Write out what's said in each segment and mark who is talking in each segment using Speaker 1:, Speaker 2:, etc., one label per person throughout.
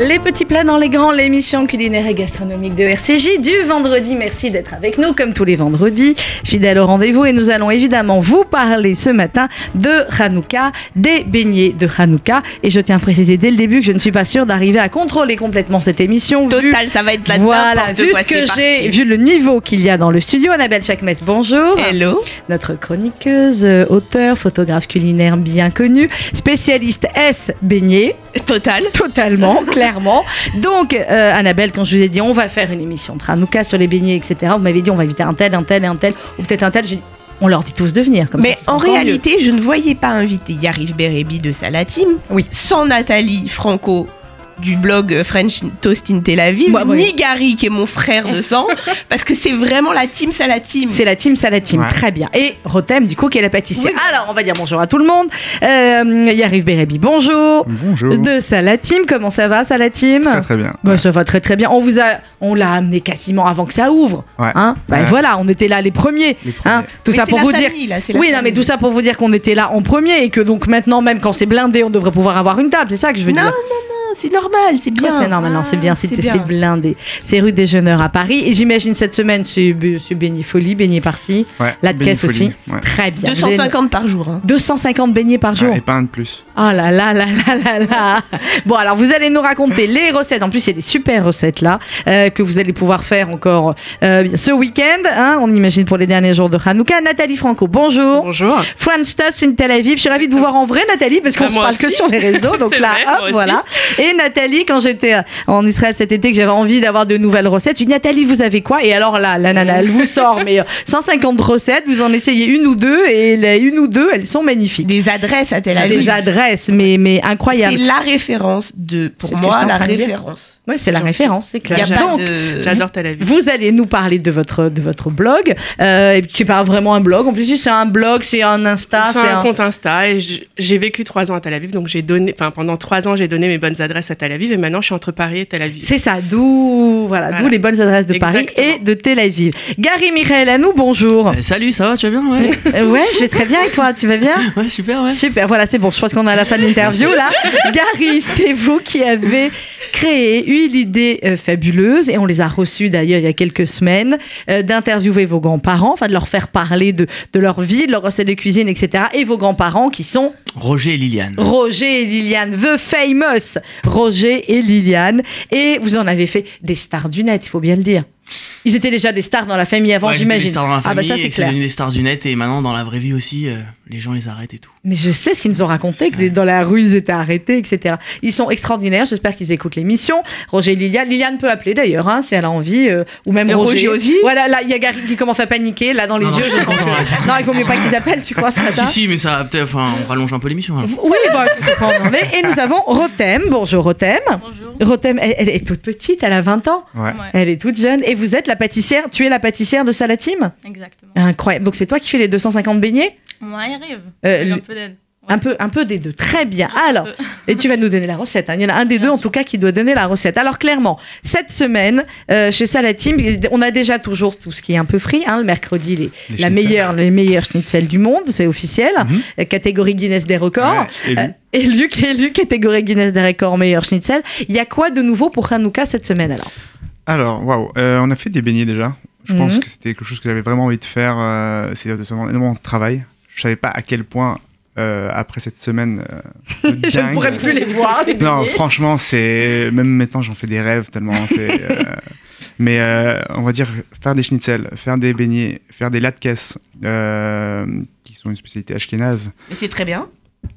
Speaker 1: Les petits plats dans les grands, l'émission culinaire et gastronomique de RCJ du vendredi. Merci d'être avec nous comme tous les vendredis, fidèle au rendez-vous. Et nous allons évidemment vous parler ce matin de Hanouka, des beignets de Hanouka. Et je tiens à préciser dès le début que je ne suis pas sûre d'arriver à contrôler complètement cette émission. vu-
Speaker 2: Total, ça va être la
Speaker 1: voilà,
Speaker 2: n'importe
Speaker 1: vu
Speaker 2: quoi,
Speaker 1: ce que
Speaker 2: c'est
Speaker 1: j'ai,
Speaker 2: parti.
Speaker 1: vu le niveau qu'il y a dans le studio. Annabelle Chakmes, bonjour.
Speaker 2: Hello.
Speaker 1: Notre chroniqueuse, euh, auteure, photographe culinaire bien connue, spécialiste S beignet.
Speaker 2: Total.
Speaker 1: Totalement, clairement. Donc, euh, Annabelle, quand je vous ai dit on va faire une émission de Hanouka sur les beignets, etc., vous m'avez dit on va inviter un tel, un tel et un tel, ou peut-être un tel. J'ai dit, on leur dit tous de venir. Comme
Speaker 2: Mais
Speaker 1: ça, ce sera
Speaker 2: en
Speaker 1: encore mieux.
Speaker 2: réalité, je ne voyais pas inviter Yarif Berebi de Salatim,
Speaker 1: Oui.
Speaker 2: sans Nathalie Franco du blog French Toast in Tel Aviv,
Speaker 1: Bah, oui.
Speaker 2: ni Gary qui est mon frère de sang, parce que c'est vraiment la team Salatim.
Speaker 1: C'est la team, ça la team.
Speaker 3: Ouais.
Speaker 1: Très bien. Et Rotem, du coup, qui est la pâtissière.
Speaker 2: Oui.
Speaker 1: Alors, on va dire bonjour à tout le monde. Euh, Yarif Berebi, bonjour.
Speaker 3: Bonjour.
Speaker 1: De Salatim, comment ça va, Salatim
Speaker 3: Très très bien.
Speaker 1: Bah, ça va très très bien. On vous a, on l'a amené quasiment avant que ça ouvre.
Speaker 3: Ouais.
Speaker 1: Hein bah,
Speaker 3: Ouais.
Speaker 1: voilà, on était là les premiers.
Speaker 3: Les premiers.
Speaker 1: Hein tout
Speaker 2: Mais
Speaker 1: ça
Speaker 2: c'est
Speaker 1: pour
Speaker 2: la
Speaker 1: vous dire.
Speaker 2: famille, là, c'est la
Speaker 1: oui, non, mais
Speaker 2: famille.
Speaker 1: tout ça pour vous dire qu'on était là en premier et que donc maintenant, même quand c'est blindé, on devrait pouvoir avoir une table. C'est ça que je veux
Speaker 2: Non,
Speaker 1: dire.
Speaker 2: non, c'est normal, c'est bien. Ah,
Speaker 1: Oh, c'est normal, non, c'est bien, c'est
Speaker 2: C'est
Speaker 1: c'est
Speaker 2: bien.
Speaker 1: blindé. C'est rue des Jeuneurs à Paris. Et j'imagine cette semaine, c'est bé- c'est Beignet Folie, Beignet Parti,
Speaker 3: Ouais,
Speaker 1: la de
Speaker 3: Béni
Speaker 1: caisse aussi.
Speaker 3: Folie, ouais.
Speaker 1: Très bien. Vous avez-
Speaker 2: 250 par jour. hein.
Speaker 1: 250 beignets par jour.
Speaker 3: Ah, et pas un de plus.
Speaker 1: Ah là là là là là là Bon alors vous allez nous raconter les recettes, en plus il y a des super recettes là euh, que vous allez pouvoir faire encore euh, ce week-end, hein, on imagine pour les derniers jours de Hanouka. Nathalie Franco, bonjour.
Speaker 4: Bonjour.
Speaker 1: French Toast in Tel Aviv, je suis ravie de vous voir en vrai Nathalie parce qu'on
Speaker 4: Ah,
Speaker 1: se
Speaker 4: moi
Speaker 1: parle
Speaker 4: aussi.
Speaker 1: que sur les réseaux, donc
Speaker 4: C'est
Speaker 1: là
Speaker 4: vrai, moi
Speaker 1: hop
Speaker 4: aussi.
Speaker 1: voilà. Et Nathalie quand j'étais euh, en Israël cet été que j'avais envie d'avoir de nouvelles recettes, je dis Nathalie vous avez quoi Et alors là la nana elle vous sort mais euh, 150 recettes, vous en essayez une ou deux et les une ou deux elles sont magnifiques
Speaker 2: Des adresses à Tel Aviv.
Speaker 1: Ah, des adresses, mais, mais incroyables.
Speaker 2: C'est la référence de,
Speaker 1: C'est
Speaker 2: pour
Speaker 1: ce que
Speaker 2: moi,
Speaker 1: j'étais en
Speaker 2: la
Speaker 1: train de dire.
Speaker 2: référence.
Speaker 1: Ouais, c'est la
Speaker 2: Genre,
Speaker 1: référence, c'est
Speaker 2: Il n'y
Speaker 1: clair.
Speaker 2: a pas
Speaker 1: Donc,
Speaker 2: de.
Speaker 4: J'adore Tel Aviv.
Speaker 1: vous allez nous parler de votre, de votre blog, euh, qui n'est pas vraiment un blog. En plus, c'est un blog, c'est un Insta,
Speaker 4: c'est un compte Insta et j- j'ai vécu trois ans à Tel Aviv, donc j'ai donné, enfin pendant trois ans j'ai donné mes bonnes adresses à Tel Aviv et maintenant je suis entre Paris et Tel Aviv.
Speaker 1: C'est ça, d'où voilà,
Speaker 4: Voilà.
Speaker 1: d'où les bonnes adresses de Paris
Speaker 4: Exactement.
Speaker 1: et de Tel Aviv. Gary Michael, à nous, bonjour.
Speaker 5: Euh, salut, ça va, tu vas bien ouais.
Speaker 1: Euh, ouais, je vais très bien et toi, tu vas bien
Speaker 5: ouais, super, ouais.
Speaker 1: Super, voilà, c'est bon, je pense qu'on est à la fin de l'interview là. Gary, c'est vous qui avez créé une idée euh, fabuleuse, et on les a reçus d'ailleurs il y a quelques semaines, euh, d'interviewer vos grands-parents, enfin de leur faire parler de, de leur vie, de leur recette de cuisine, etc. Et vos grands-parents qui sont
Speaker 5: Roger et Liliane.
Speaker 1: Roger et Liliane, The Famous Roger et Liliane. Et vous en avez fait des stars du net, il faut bien le dire. Ils étaient déjà des stars dans la famille avant,
Speaker 5: Ouais, c'était des
Speaker 1: j'imagine.
Speaker 5: stars dans la
Speaker 1: ah bah
Speaker 5: famille,
Speaker 1: ça c'est
Speaker 5: et c'est
Speaker 1: clair.
Speaker 5: devenu des stars du net et maintenant dans la vraie vie aussi, euh, les gens les arrêtent et tout.
Speaker 1: Mais je sais ce qu'ils nous ont raconté, que
Speaker 5: Ouais.
Speaker 1: dans la rue, ils étaient arrêtés, etc. Ils sont extraordinaires, j'espère qu'ils écoutent l'émission. Roger et Liliane, Liliane peut appeler d'ailleurs, hein, si elle a envie, euh, ou même
Speaker 2: Et
Speaker 1: Roger.
Speaker 2: Roger aussi
Speaker 1: Voilà, là, il y a Gary qui commence à paniquer, là, dans les
Speaker 5: Non, non,
Speaker 1: yeux,
Speaker 5: je
Speaker 1: je
Speaker 5: suis
Speaker 1: sens
Speaker 5: content,
Speaker 1: que- Non, il vaut mieux pas qu'ils appellent, tu crois, ce matin
Speaker 5: Si, si, mais ça, peut-être, enfin, on rallonge un peu l'émission. alors.
Speaker 1: Oui, bon, écoute, on peut en enlever. Et nous avons Rotem. Bonjour Rotem.
Speaker 6: Bonjour.
Speaker 1: Rotem, elle, elle est toute petite, elle a 20 ans.
Speaker 3: Ouais.
Speaker 1: Elle est toute jeune. Et vous êtes la pâtissière, tu es la pâtissière de Salatim
Speaker 6: Exactement.
Speaker 1: Incroyable. Donc c'est toi qui fais les 250 beignets
Speaker 6: Moi, il arrive.
Speaker 1: Euh,
Speaker 6: Il y a
Speaker 1: le-
Speaker 6: un peu d'aide.
Speaker 1: Un peu, un peu des deux. Très bien. Alors,
Speaker 7: Euh,
Speaker 6: peu.
Speaker 1: et tu vas nous donner la recette. hein. Il y en a un des
Speaker 6: Bien
Speaker 1: deux, en
Speaker 6: sûr.
Speaker 1: tout cas, qui doit donner la recette. Alors, clairement, cette semaine, euh, chez Salatim, on a déjà toujours tout ce qui est un peu frit. hein. Le mercredi, les,
Speaker 3: Les
Speaker 1: la
Speaker 3: schnitzels.
Speaker 1: meilleure, les meilleurs schnitzels du monde, c'est officiel.
Speaker 3: Mhm.
Speaker 1: Euh, Catégorie Guinness des records.
Speaker 3: Ouais, et lui,
Speaker 1: Euh, et Luc, élu catégorie Guinness des records, meilleur schnitzel. Il y a quoi de nouveau pour Hanouka cette semaine alors
Speaker 3: Alors, waouh, euh, on a fait des beignets déjà. Je pense
Speaker 1: Mhm.
Speaker 3: que c'était quelque chose que j'avais vraiment envie de faire. euh, c'est c'est vraiment énormément de travail. Je savais pas à quel point, euh, après cette semaine. euh, de
Speaker 1: Je ne
Speaker 3: dingue,
Speaker 1: pourrais plus les voir. les
Speaker 3: Non,
Speaker 1: billets.
Speaker 3: franchement, c'est même maintenant j'en fais des rêves tellement. c'est, euh, Mais euh, on va dire faire des schnitzels, faire des beignets, faire des latkes, euh, qui sont une spécialité ashkénaze.
Speaker 2: Mais c'est très bien.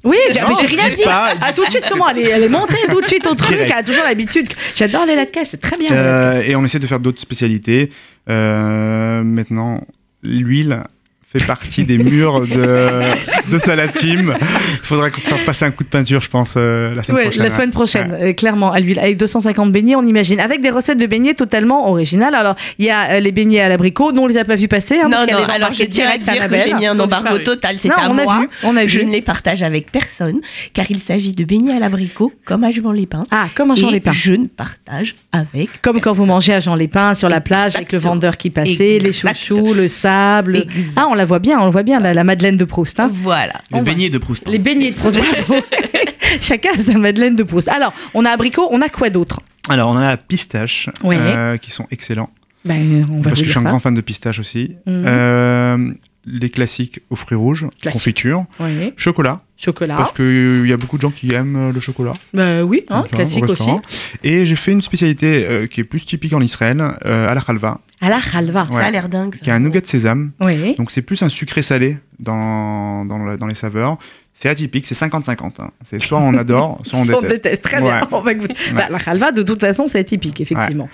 Speaker 1: Oui, j'ai
Speaker 3: Non,
Speaker 1: mais j'ai rien
Speaker 3: j'ai
Speaker 1: dit.
Speaker 3: pas
Speaker 1: Ah, tout de suite, comment elle est, elle est montée tout de suite au truc.
Speaker 3: Direct.
Speaker 1: Elle a toujours l'habitude. J'adore les latkes, c'est très bien. les latkes.
Speaker 3: Euh, et on essaie de faire d'autres spécialités. Euh, maintenant, l'huile fait partie des murs de, de Salatim. Il faudra qu'on fasse passer un coup de peinture, je pense, euh, la semaine
Speaker 1: Ouais,
Speaker 3: prochaine.
Speaker 1: la semaine prochaine, euh, clairement, à l'huile, avec 250 beignets, on imagine, avec des recettes de beignets totalement originales. Alors, il y a euh, les beignets à l'abricot, nous on les a pas vus passer. Hein,
Speaker 2: non,
Speaker 1: parce qu'elle
Speaker 2: non,
Speaker 1: les a
Speaker 2: alors je
Speaker 1: embarqués
Speaker 2: tiens à
Speaker 1: direct
Speaker 2: dire que
Speaker 1: Annabelle.
Speaker 2: j'ai mis un
Speaker 4: Ils ont
Speaker 2: embargo
Speaker 4: disparu.
Speaker 2: total, c'est
Speaker 1: Non,
Speaker 2: à
Speaker 1: on a
Speaker 2: moi.
Speaker 1: vu, on a
Speaker 2: Je
Speaker 1: vu.
Speaker 2: ne les partage avec personne, car il s'agit de beignets à l'abricot, comme à Jean Lépin.
Speaker 1: Ah, comment j'en ai
Speaker 2: Et
Speaker 1: pas.
Speaker 2: je ne partage avec
Speaker 1: Comme quand vous mangez à Jean Lépin sur la plage avec le
Speaker 2: Exactement.
Speaker 1: vendeur qui passait,
Speaker 2: Exact.
Speaker 1: les chouchous, le sable.
Speaker 2: Exact.
Speaker 1: Ah, on la voit bien, on le voit bien, la, la Madeleine de Proust. hein.
Speaker 2: Voilà.
Speaker 1: on
Speaker 5: Le
Speaker 1: va-
Speaker 5: beignet de Proust.
Speaker 1: Les beignets de Proust, bravo. Chacun a sa Madeleine de Proust. Alors, on a abricot, on a quoi d'autre
Speaker 3: Alors, on a la pistache,
Speaker 1: Ouais.
Speaker 3: euh, qui sont excellents.
Speaker 1: ben, On va vous
Speaker 3: parce que je
Speaker 1: dire
Speaker 3: suis un
Speaker 1: ça.
Speaker 3: grand fan de pistache aussi.
Speaker 1: Mhm.
Speaker 3: Euh, les classiques aux fruits rouges,
Speaker 1: Classique. Ah.
Speaker 3: confiture,
Speaker 1: Oui.
Speaker 3: chocolat,
Speaker 1: Chocolat.
Speaker 3: parce qu'il y a beaucoup de gens qui aiment euh, le chocolat.
Speaker 1: Ben oui, hein,
Speaker 3: Donc, hein, au
Speaker 1: classique aussi.
Speaker 3: restaurant. Et j'ai fait une spécialité euh, qui est plus typique en Israël, euh, à la halva,
Speaker 1: À la halva.
Speaker 3: Ouais.
Speaker 2: Ça a l'air dingue. ça.
Speaker 3: qui est un nougat de sésame.
Speaker 1: Oui.
Speaker 3: Donc c'est plus un sucré salé dans, dans, la- dans les saveurs. C'est atypique, c'est 50-50. hein. C'est soit on adore, soit on
Speaker 1: Ça,
Speaker 3: déteste.
Speaker 1: Très
Speaker 3: Ouais.
Speaker 1: bien. On va goûter. Bah, la halva, de toute façon, c'est atypique, effectivement.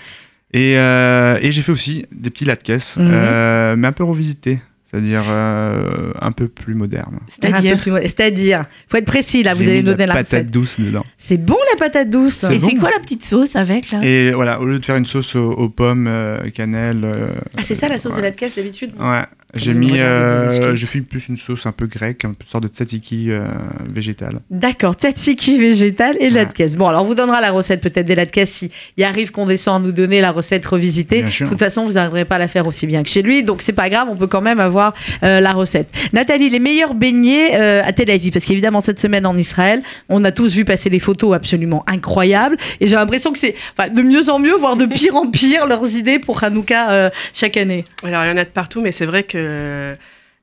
Speaker 3: Et, euh, et j'ai fait aussi des petits latkes,
Speaker 1: Mhm.
Speaker 3: euh, mais un peu revisités, c'est-à-dire euh, un peu plus modernes.
Speaker 1: Un
Speaker 2: C'est-à-dire.
Speaker 1: peu plus mo- C'est-à-dire, faut être précis là, vous
Speaker 3: J'ai
Speaker 1: allez nous
Speaker 3: mis de
Speaker 1: donner la
Speaker 3: patate
Speaker 1: recette.
Speaker 3: douce dedans.
Speaker 1: C'est bon la patate douce
Speaker 3: C'est
Speaker 2: Et c'est
Speaker 3: bon.
Speaker 2: quoi la petite sauce avec
Speaker 1: Ah.
Speaker 2: là
Speaker 3: Et voilà, au lieu de faire une sauce aux, aux pommes, euh, cannelle. euh,
Speaker 1: Ah, c'est ça la sauce
Speaker 3: ouais.
Speaker 1: de la caisse d'habitude
Speaker 3: Ouais, j'ai
Speaker 1: une
Speaker 3: mis,
Speaker 1: grenade
Speaker 3: euh,
Speaker 1: de tzatziki.
Speaker 3: j'ai fait plus une sauce un peu grecque, une sorte de tzatziki euh, végétal.
Speaker 1: D'accord, tzatziki végétal et
Speaker 3: Ouais.
Speaker 1: latkes. Bon, alors on vous donnera la recette peut-être des latkes si il arrive qu'on descend à nous donner la recette revisitée.
Speaker 3: Bien sûr.
Speaker 1: De toute façon, vous n'arriverez pas à la faire aussi bien que chez lui, donc c'est pas grave, on peut quand même avoir euh, la recette. Nathalie, les meilleurs beignets euh, à Tel Aviv, parce qu'évidemment cette semaine en Israël, on a tous vu passer des photos absolument incroyables, et j'ai l'impression que c'est enfin, de mieux en mieux, voire de pire en pire, leurs idées pour Hanouka euh, chaque année.
Speaker 4: Alors, il y en a de partout, mais c'est vrai que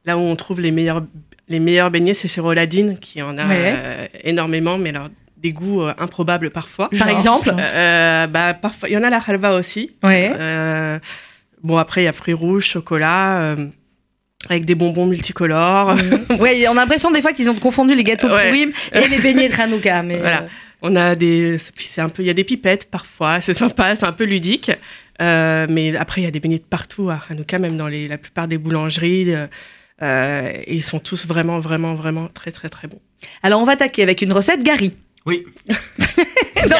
Speaker 4: là où on trouve les meilleurs, les meilleurs beignets, c'est chez Roladine, qui en a
Speaker 1: Ouais.
Speaker 4: euh, énormément, mais alors des goûts euh, improbables parfois.
Speaker 1: Par exemple
Speaker 4: Euh, bah, parfois, il y en a la halva aussi.
Speaker 1: Ouais.
Speaker 4: Euh, bon, après, il y a fruits rouges, chocolat, euh, avec des bonbons multicolores.
Speaker 1: ouais, on a l'impression des fois qu'ils ont confondu les gâteaux
Speaker 4: Ouais.
Speaker 1: de Purim et les beignets de Hanouka, mais
Speaker 4: Voilà.
Speaker 1: euh,
Speaker 4: On a des, puis c'est un peu, il y a des pipettes parfois, c'est sympa, c'est un peu ludique. Euh, mais après, il y a des beignets de partout à Hanouka, même dans les, la plupart des boulangeries. euh, euh, et ils sont tous vraiment, vraiment, vraiment très, très, très bons.
Speaker 1: Alors on va attaquer avec une recette Gary.
Speaker 5: Oui.
Speaker 1: non,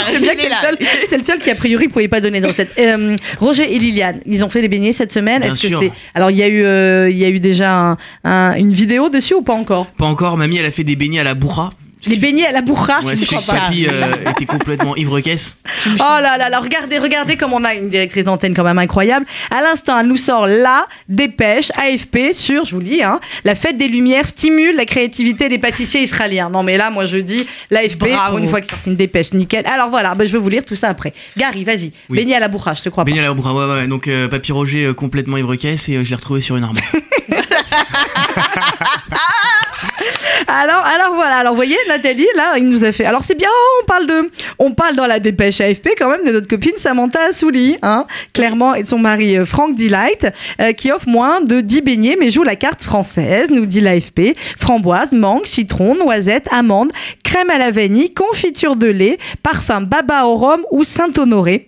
Speaker 1: je sais bien que
Speaker 2: il
Speaker 1: c'est
Speaker 2: est
Speaker 1: le
Speaker 2: là.
Speaker 1: seul- c'est le seul qui a priori ne pouvait pas donner de recette. Euh, Roger et Liliane, ils ont fait les beignets cette semaine.
Speaker 5: Bien
Speaker 1: Est-ce que
Speaker 5: sûr.
Speaker 1: c'est Alors il y a eu euh, il y a eu déjà un- un- une vidéo dessus ou pas encore
Speaker 5: Pas encore, mamie, elle a fait des beignets à la bourra.
Speaker 1: Les beignets à la bourra,
Speaker 5: Ouais,
Speaker 1: je
Speaker 5: ce
Speaker 1: ne
Speaker 5: qui fait que
Speaker 1: crois pas.
Speaker 5: Papy euh, était complètement ivre-caisse.
Speaker 1: Oh là là là, regardez, regardez comme on a une directrice d'antenne quand même incroyable. À l'instant, elle nous sort la dépêche AFP sur, je vous lis, hein, la fête des lumières stimule la créativité des pâtissiers israéliens. Non mais là, moi je dis l'AFP,
Speaker 2: Bravo.
Speaker 1: pour une fois qu'ils sortent une dépêche, nickel. Alors voilà, bah, je vais vous lire tout ça après. Gary, vas-y,
Speaker 5: Oui.
Speaker 1: beignets à la bourra, je te crois pas.
Speaker 5: Beignet à la bourra, ouais, ouais. Donc, euh, Papy Roger euh, complètement ivre-caisse et euh, je l'ai retrouvé sur une armoire.
Speaker 1: Alors, alors voilà, alors vous voyez, Nathalie, là, il nous a fait. Alors c'est bien, on parle de, on parle dans la dépêche AFP quand même de notre copine Samantha Assouli, hein, clairement, et de son mari euh, Frank Delight, euh, qui offre moins de 10 beignets mais joue la carte française, nous dit l'AFP. Framboise, mangue, citron, noisette, amande, crème à la vanille, confiture de lait, parfum baba au rhum ou Saint-Honoré.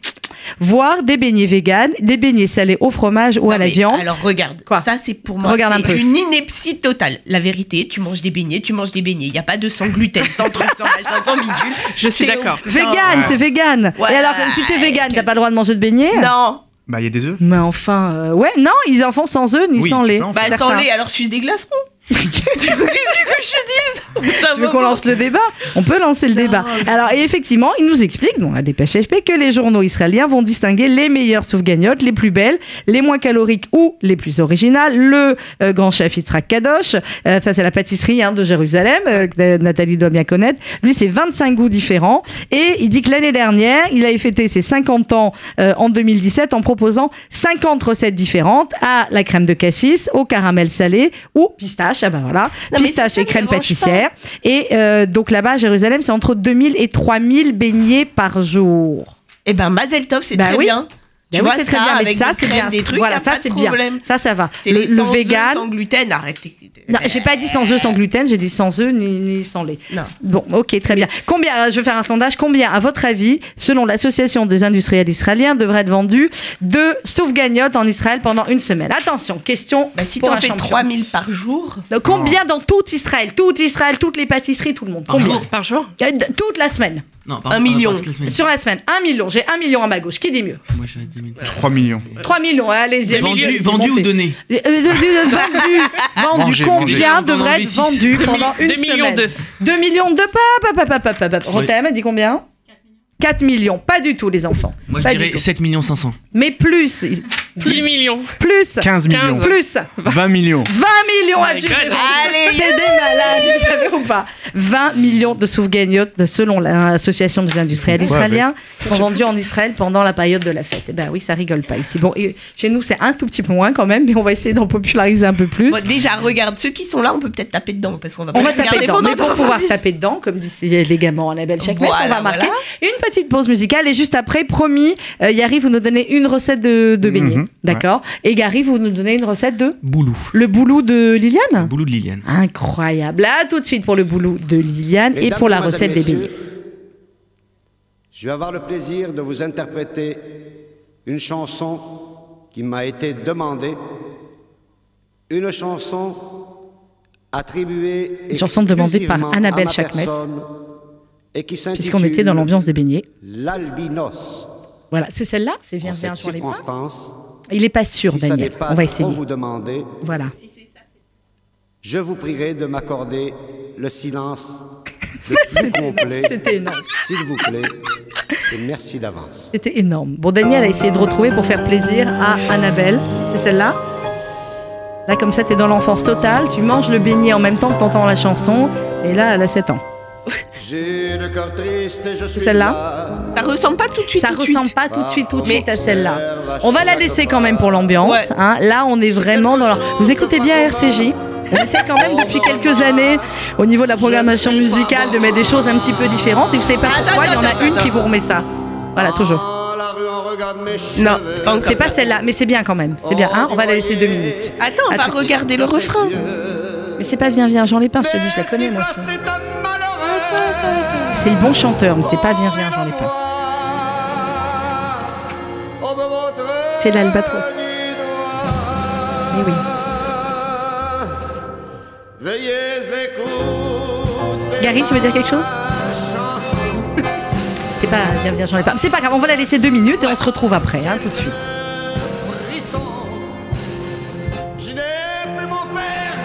Speaker 1: Voir des beignets véganes, des beignets salés au fromage ou à
Speaker 2: Non,
Speaker 1: la
Speaker 2: mais
Speaker 1: viande.
Speaker 2: Alors regarde,
Speaker 1: Quoi
Speaker 2: ça c'est pour moi
Speaker 1: Regarde un
Speaker 2: c'est
Speaker 1: peu.
Speaker 2: une ineptie totale. La vérité, tu manges des beignets, tu manges des beignets. Il n'y a pas de sans gluten, sans truc, sans machin, sans bidule.
Speaker 4: Je suis
Speaker 2: C'est
Speaker 4: d'accord.
Speaker 2: au-
Speaker 1: Vegan, c'est vegan.
Speaker 2: Ouais.
Speaker 1: Et alors, si t'es vegan, t'as pas le droit de manger de beignets
Speaker 2: Non,
Speaker 3: Bah, il y a des œufs.
Speaker 1: Mais enfin, euh, ouais, non, ils en font sans eux ni
Speaker 3: Oui,
Speaker 1: sans
Speaker 3: tu
Speaker 1: lait.
Speaker 3: peux en
Speaker 2: bah sans
Speaker 1: Certains.
Speaker 2: lait, alors je suis des glacerons. tu veux que je dise
Speaker 1: Tu veux qu'on lance le débat On peut lancer le débat. Alors, et effectivement, il nous explique, dans la dépêche HP, que les journaux israéliens vont distinguer les meilleures soufgagnottes, les plus belles, les moins caloriques ou les plus originales. Le euh, grand chef Yitzhak Kadosh, euh, face à la pâtisserie hein, de Jérusalem, euh, que Nathalie doit bien connaître, lui, c'est 25 goûts différents. Et il dit que l'année dernière, il avait fêté ses 50 ans euh, en 2017 en proposant 50 recettes différentes à la crème de cassis, au caramel salé ou pistache. Ah ben voilà,
Speaker 2: Non, mais
Speaker 1: pistache
Speaker 2: c'est ça,
Speaker 1: et crème
Speaker 2: mais mange
Speaker 1: pâtissière. Et euh, donc là-bas, à Jérusalem, c'est entre 2000 et 3000 beignets par jour.
Speaker 2: Eh ben Mazel Tov, c'est
Speaker 1: Bah
Speaker 2: très
Speaker 1: oui.
Speaker 2: bien. Tu
Speaker 1: oui,
Speaker 2: vois
Speaker 1: c'est
Speaker 2: ça,
Speaker 1: très bien, mais
Speaker 2: avec
Speaker 1: ça,
Speaker 2: des
Speaker 1: c'est
Speaker 2: crèmes,
Speaker 1: bien.
Speaker 2: des trucs,
Speaker 1: Voilà,
Speaker 2: y a
Speaker 1: ça,
Speaker 2: pas de
Speaker 1: c'est bien.
Speaker 2: problème.
Speaker 1: Ça, ça va.
Speaker 2: C'est
Speaker 1: Le,
Speaker 2: les
Speaker 1: le
Speaker 2: sans œufs,
Speaker 1: vegan.
Speaker 2: sans gluten, arrêtez.
Speaker 1: Non, j'ai pas dit sans œufs, sans gluten, j'ai dit sans œufs ni, ni sans lait.
Speaker 2: Non.
Speaker 1: Bon, ok, très bien. Combien, alors, je vais faire un sondage, combien, à votre avis, selon l'Association des industriels israéliens, devrait être vendu de saufgagnottes en Israël pendant une semaine Attention, question
Speaker 2: Bah, si
Speaker 1: pour
Speaker 2: t'en
Speaker 1: un
Speaker 2: fais
Speaker 1: champion.
Speaker 2: 3000 par jour,
Speaker 5: Oh.
Speaker 1: Donc, Combien dans tout Israël Tout Israël, toutes les pâtisseries, tout le monde.
Speaker 5: Par
Speaker 1: Combien
Speaker 5: jour.
Speaker 4: Par jour
Speaker 1: Euh, d- Toute la semaine.
Speaker 5: Non,
Speaker 2: Un million.
Speaker 5: pardon, euh, toute la semaine.
Speaker 1: Sur la semaine. Un million. J'ai un million à ma gauche. Qui dit mieux
Speaker 5: Moi, j'ai dit million.
Speaker 3: 3 millions.
Speaker 1: 3 millions, hein, allez-y.
Speaker 5: Euh, Vendu,
Speaker 1: allez-y,
Speaker 5: vendu ou
Speaker 1: montez.
Speaker 5: donné
Speaker 1: Euh, euh, de- de- Vendu. Vendu.
Speaker 3: Mangez,
Speaker 1: combien
Speaker 5: mangez.
Speaker 1: devrait être
Speaker 5: Pendant
Speaker 1: vendu pendant une
Speaker 4: 2 millions
Speaker 1: semaine
Speaker 4: d'œufs.
Speaker 1: 2 millions de pop, pop, pop, pop, pop.
Speaker 5: Oui.
Speaker 1: Rotem, elle dit combien 4 millions. Pas du tout, les enfants.
Speaker 5: Moi, je
Speaker 1: Pas du
Speaker 5: dirais
Speaker 1: tout.
Speaker 5: 7 500.
Speaker 1: Mais plus,
Speaker 4: 10 millions.
Speaker 1: plus,
Speaker 3: 15 millions.
Speaker 1: plus,
Speaker 3: 20 millions.
Speaker 1: 20 millions
Speaker 4: Oh
Speaker 1: à
Speaker 4: my
Speaker 1: Dieu.
Speaker 4: God.
Speaker 1: C'est des malades, vous savez ou pas 20 millions de souvenirs selon l'association des industriels
Speaker 3: Ouais,
Speaker 1: israéliens, sont vendus en Israël pendant la période de la fête. Et ben oui, ça rigole pas ici. Bon, et chez nous, c'est un tout petit peu moins quand même, mais on va essayer d'en populariser un peu plus.
Speaker 2: Bon, déjà, regarde, ceux qui sont là, on peut peut-être taper dedans parce qu'on va pas
Speaker 1: On va
Speaker 2: bah, les regarder
Speaker 1: taper dedans.
Speaker 2: pendant
Speaker 1: Mais pour
Speaker 2: trois
Speaker 1: pouvoir
Speaker 2: minutes.
Speaker 1: taper dedans, comme disaient les gamins en label chaque messe, on
Speaker 2: Voilà,
Speaker 1: va marquer une petite pause musicale. Et juste après, promis, euh, Yari, vous nous donnez une recette de, de beignet.
Speaker 3: Mhm,
Speaker 1: D'accord Et Gary, vous nous donnez une recette de
Speaker 5: Boulou.
Speaker 1: le boulou de Liliane
Speaker 5: Boulou de Liliane.
Speaker 1: Incroyable. À tout de suite pour le boulou de Liliane et
Speaker 6: Mesdames,
Speaker 1: pour la
Speaker 6: mesdemoiselles,
Speaker 1: recette des
Speaker 6: messieurs,
Speaker 1: beignets.
Speaker 6: Je vais avoir le plaisir de vous interpréter une chanson qui m'a été demandée, une chanson attribuée
Speaker 1: Une chanson demandée par
Speaker 6: exclusivement
Speaker 1: Annabelle
Speaker 6: à ma
Speaker 1: Chakmes,
Speaker 6: personne et qui s'intitule
Speaker 1: Puisqu'on était dans l'ambiance des beignets.
Speaker 6: L'albinos.
Speaker 1: Voilà, c'est celle-là C'est bien,
Speaker 6: en
Speaker 1: bien
Speaker 6: cette
Speaker 1: sur les pas.
Speaker 6: circonstance,
Speaker 1: Il est pas sûr,
Speaker 6: si ça n'est
Speaker 1: Daniel.
Speaker 6: pas
Speaker 1: On va
Speaker 6: trop
Speaker 1: essayer.
Speaker 6: vous demander,
Speaker 1: Voilà.
Speaker 6: je vous prierai de m'accorder le silence le plus complet,
Speaker 1: C'était énorme.
Speaker 6: s'il vous plaît, et merci d'avance.
Speaker 1: C'était énorme. Bon, Daniel a essayé de retrouver pour faire plaisir à Annabelle. C'est celle-là Là, comme ça, t'es dans l'enfance totale. Tu manges le beignet en même temps que t'entends la chanson. Et là, elle a 7 ans.
Speaker 6: J'ai le corps triste et je suis
Speaker 1: Celle-là
Speaker 6: là.
Speaker 2: Ça ressemble pas tout de suite.
Speaker 1: ça
Speaker 2: tout de
Speaker 1: ressemble
Speaker 2: suite. euh,
Speaker 1: pas tout de suite, tout de
Speaker 6: Mais-
Speaker 1: suite à celle-là. On va la laisser quand même pour l'ambiance.
Speaker 2: Ouais.
Speaker 1: hein. Là, on est vraiment dans. leur- Vous écoutez bien RCJ. On essaie quand même depuis quelques années, au niveau de la programmation musicale, de mettre des choses un petit peu différentes. Et vous savez pas pourquoi, il y en a une qui vous remet ça. Voilà, toujours.
Speaker 6: Dans Ah, la rue, on regarde mes
Speaker 2: Non,
Speaker 6: cheveux.
Speaker 2: pas encore. Oh.
Speaker 1: C'est pas celle-là, mais c'est bien quand même. C'est bien. hein. on va la laisser deux minutes.
Speaker 2: Attends, on
Speaker 1: À
Speaker 2: va
Speaker 1: tout de suite.
Speaker 2: regarder le
Speaker 6: Dans ses
Speaker 2: refrain.
Speaker 6: yeux.
Speaker 1: Mais c'est pas Viens, viens, Jean Lépin, je te dis, je la
Speaker 6: Si
Speaker 1: connais, moi.
Speaker 6: placé ta malheureuse,
Speaker 1: C'est le bon chanteur, mais c'est pas Viens, viens, Jean
Speaker 6: on
Speaker 1: Lépin.
Speaker 6: voit, on me montre
Speaker 1: C'est l'albatros.
Speaker 6: du
Speaker 1: Eh oui.
Speaker 6: doigt. Veuillez écouter
Speaker 1: Gary, tu veux dire quelque chose
Speaker 6: ma chanson.
Speaker 1: C'est pas Viens, viens, Jean Lépin. C'est pas grave, on va la laisser deux minutes et on se retrouve après, hein, tout de suite.
Speaker 6: frisson. Je n'ai plus mon père,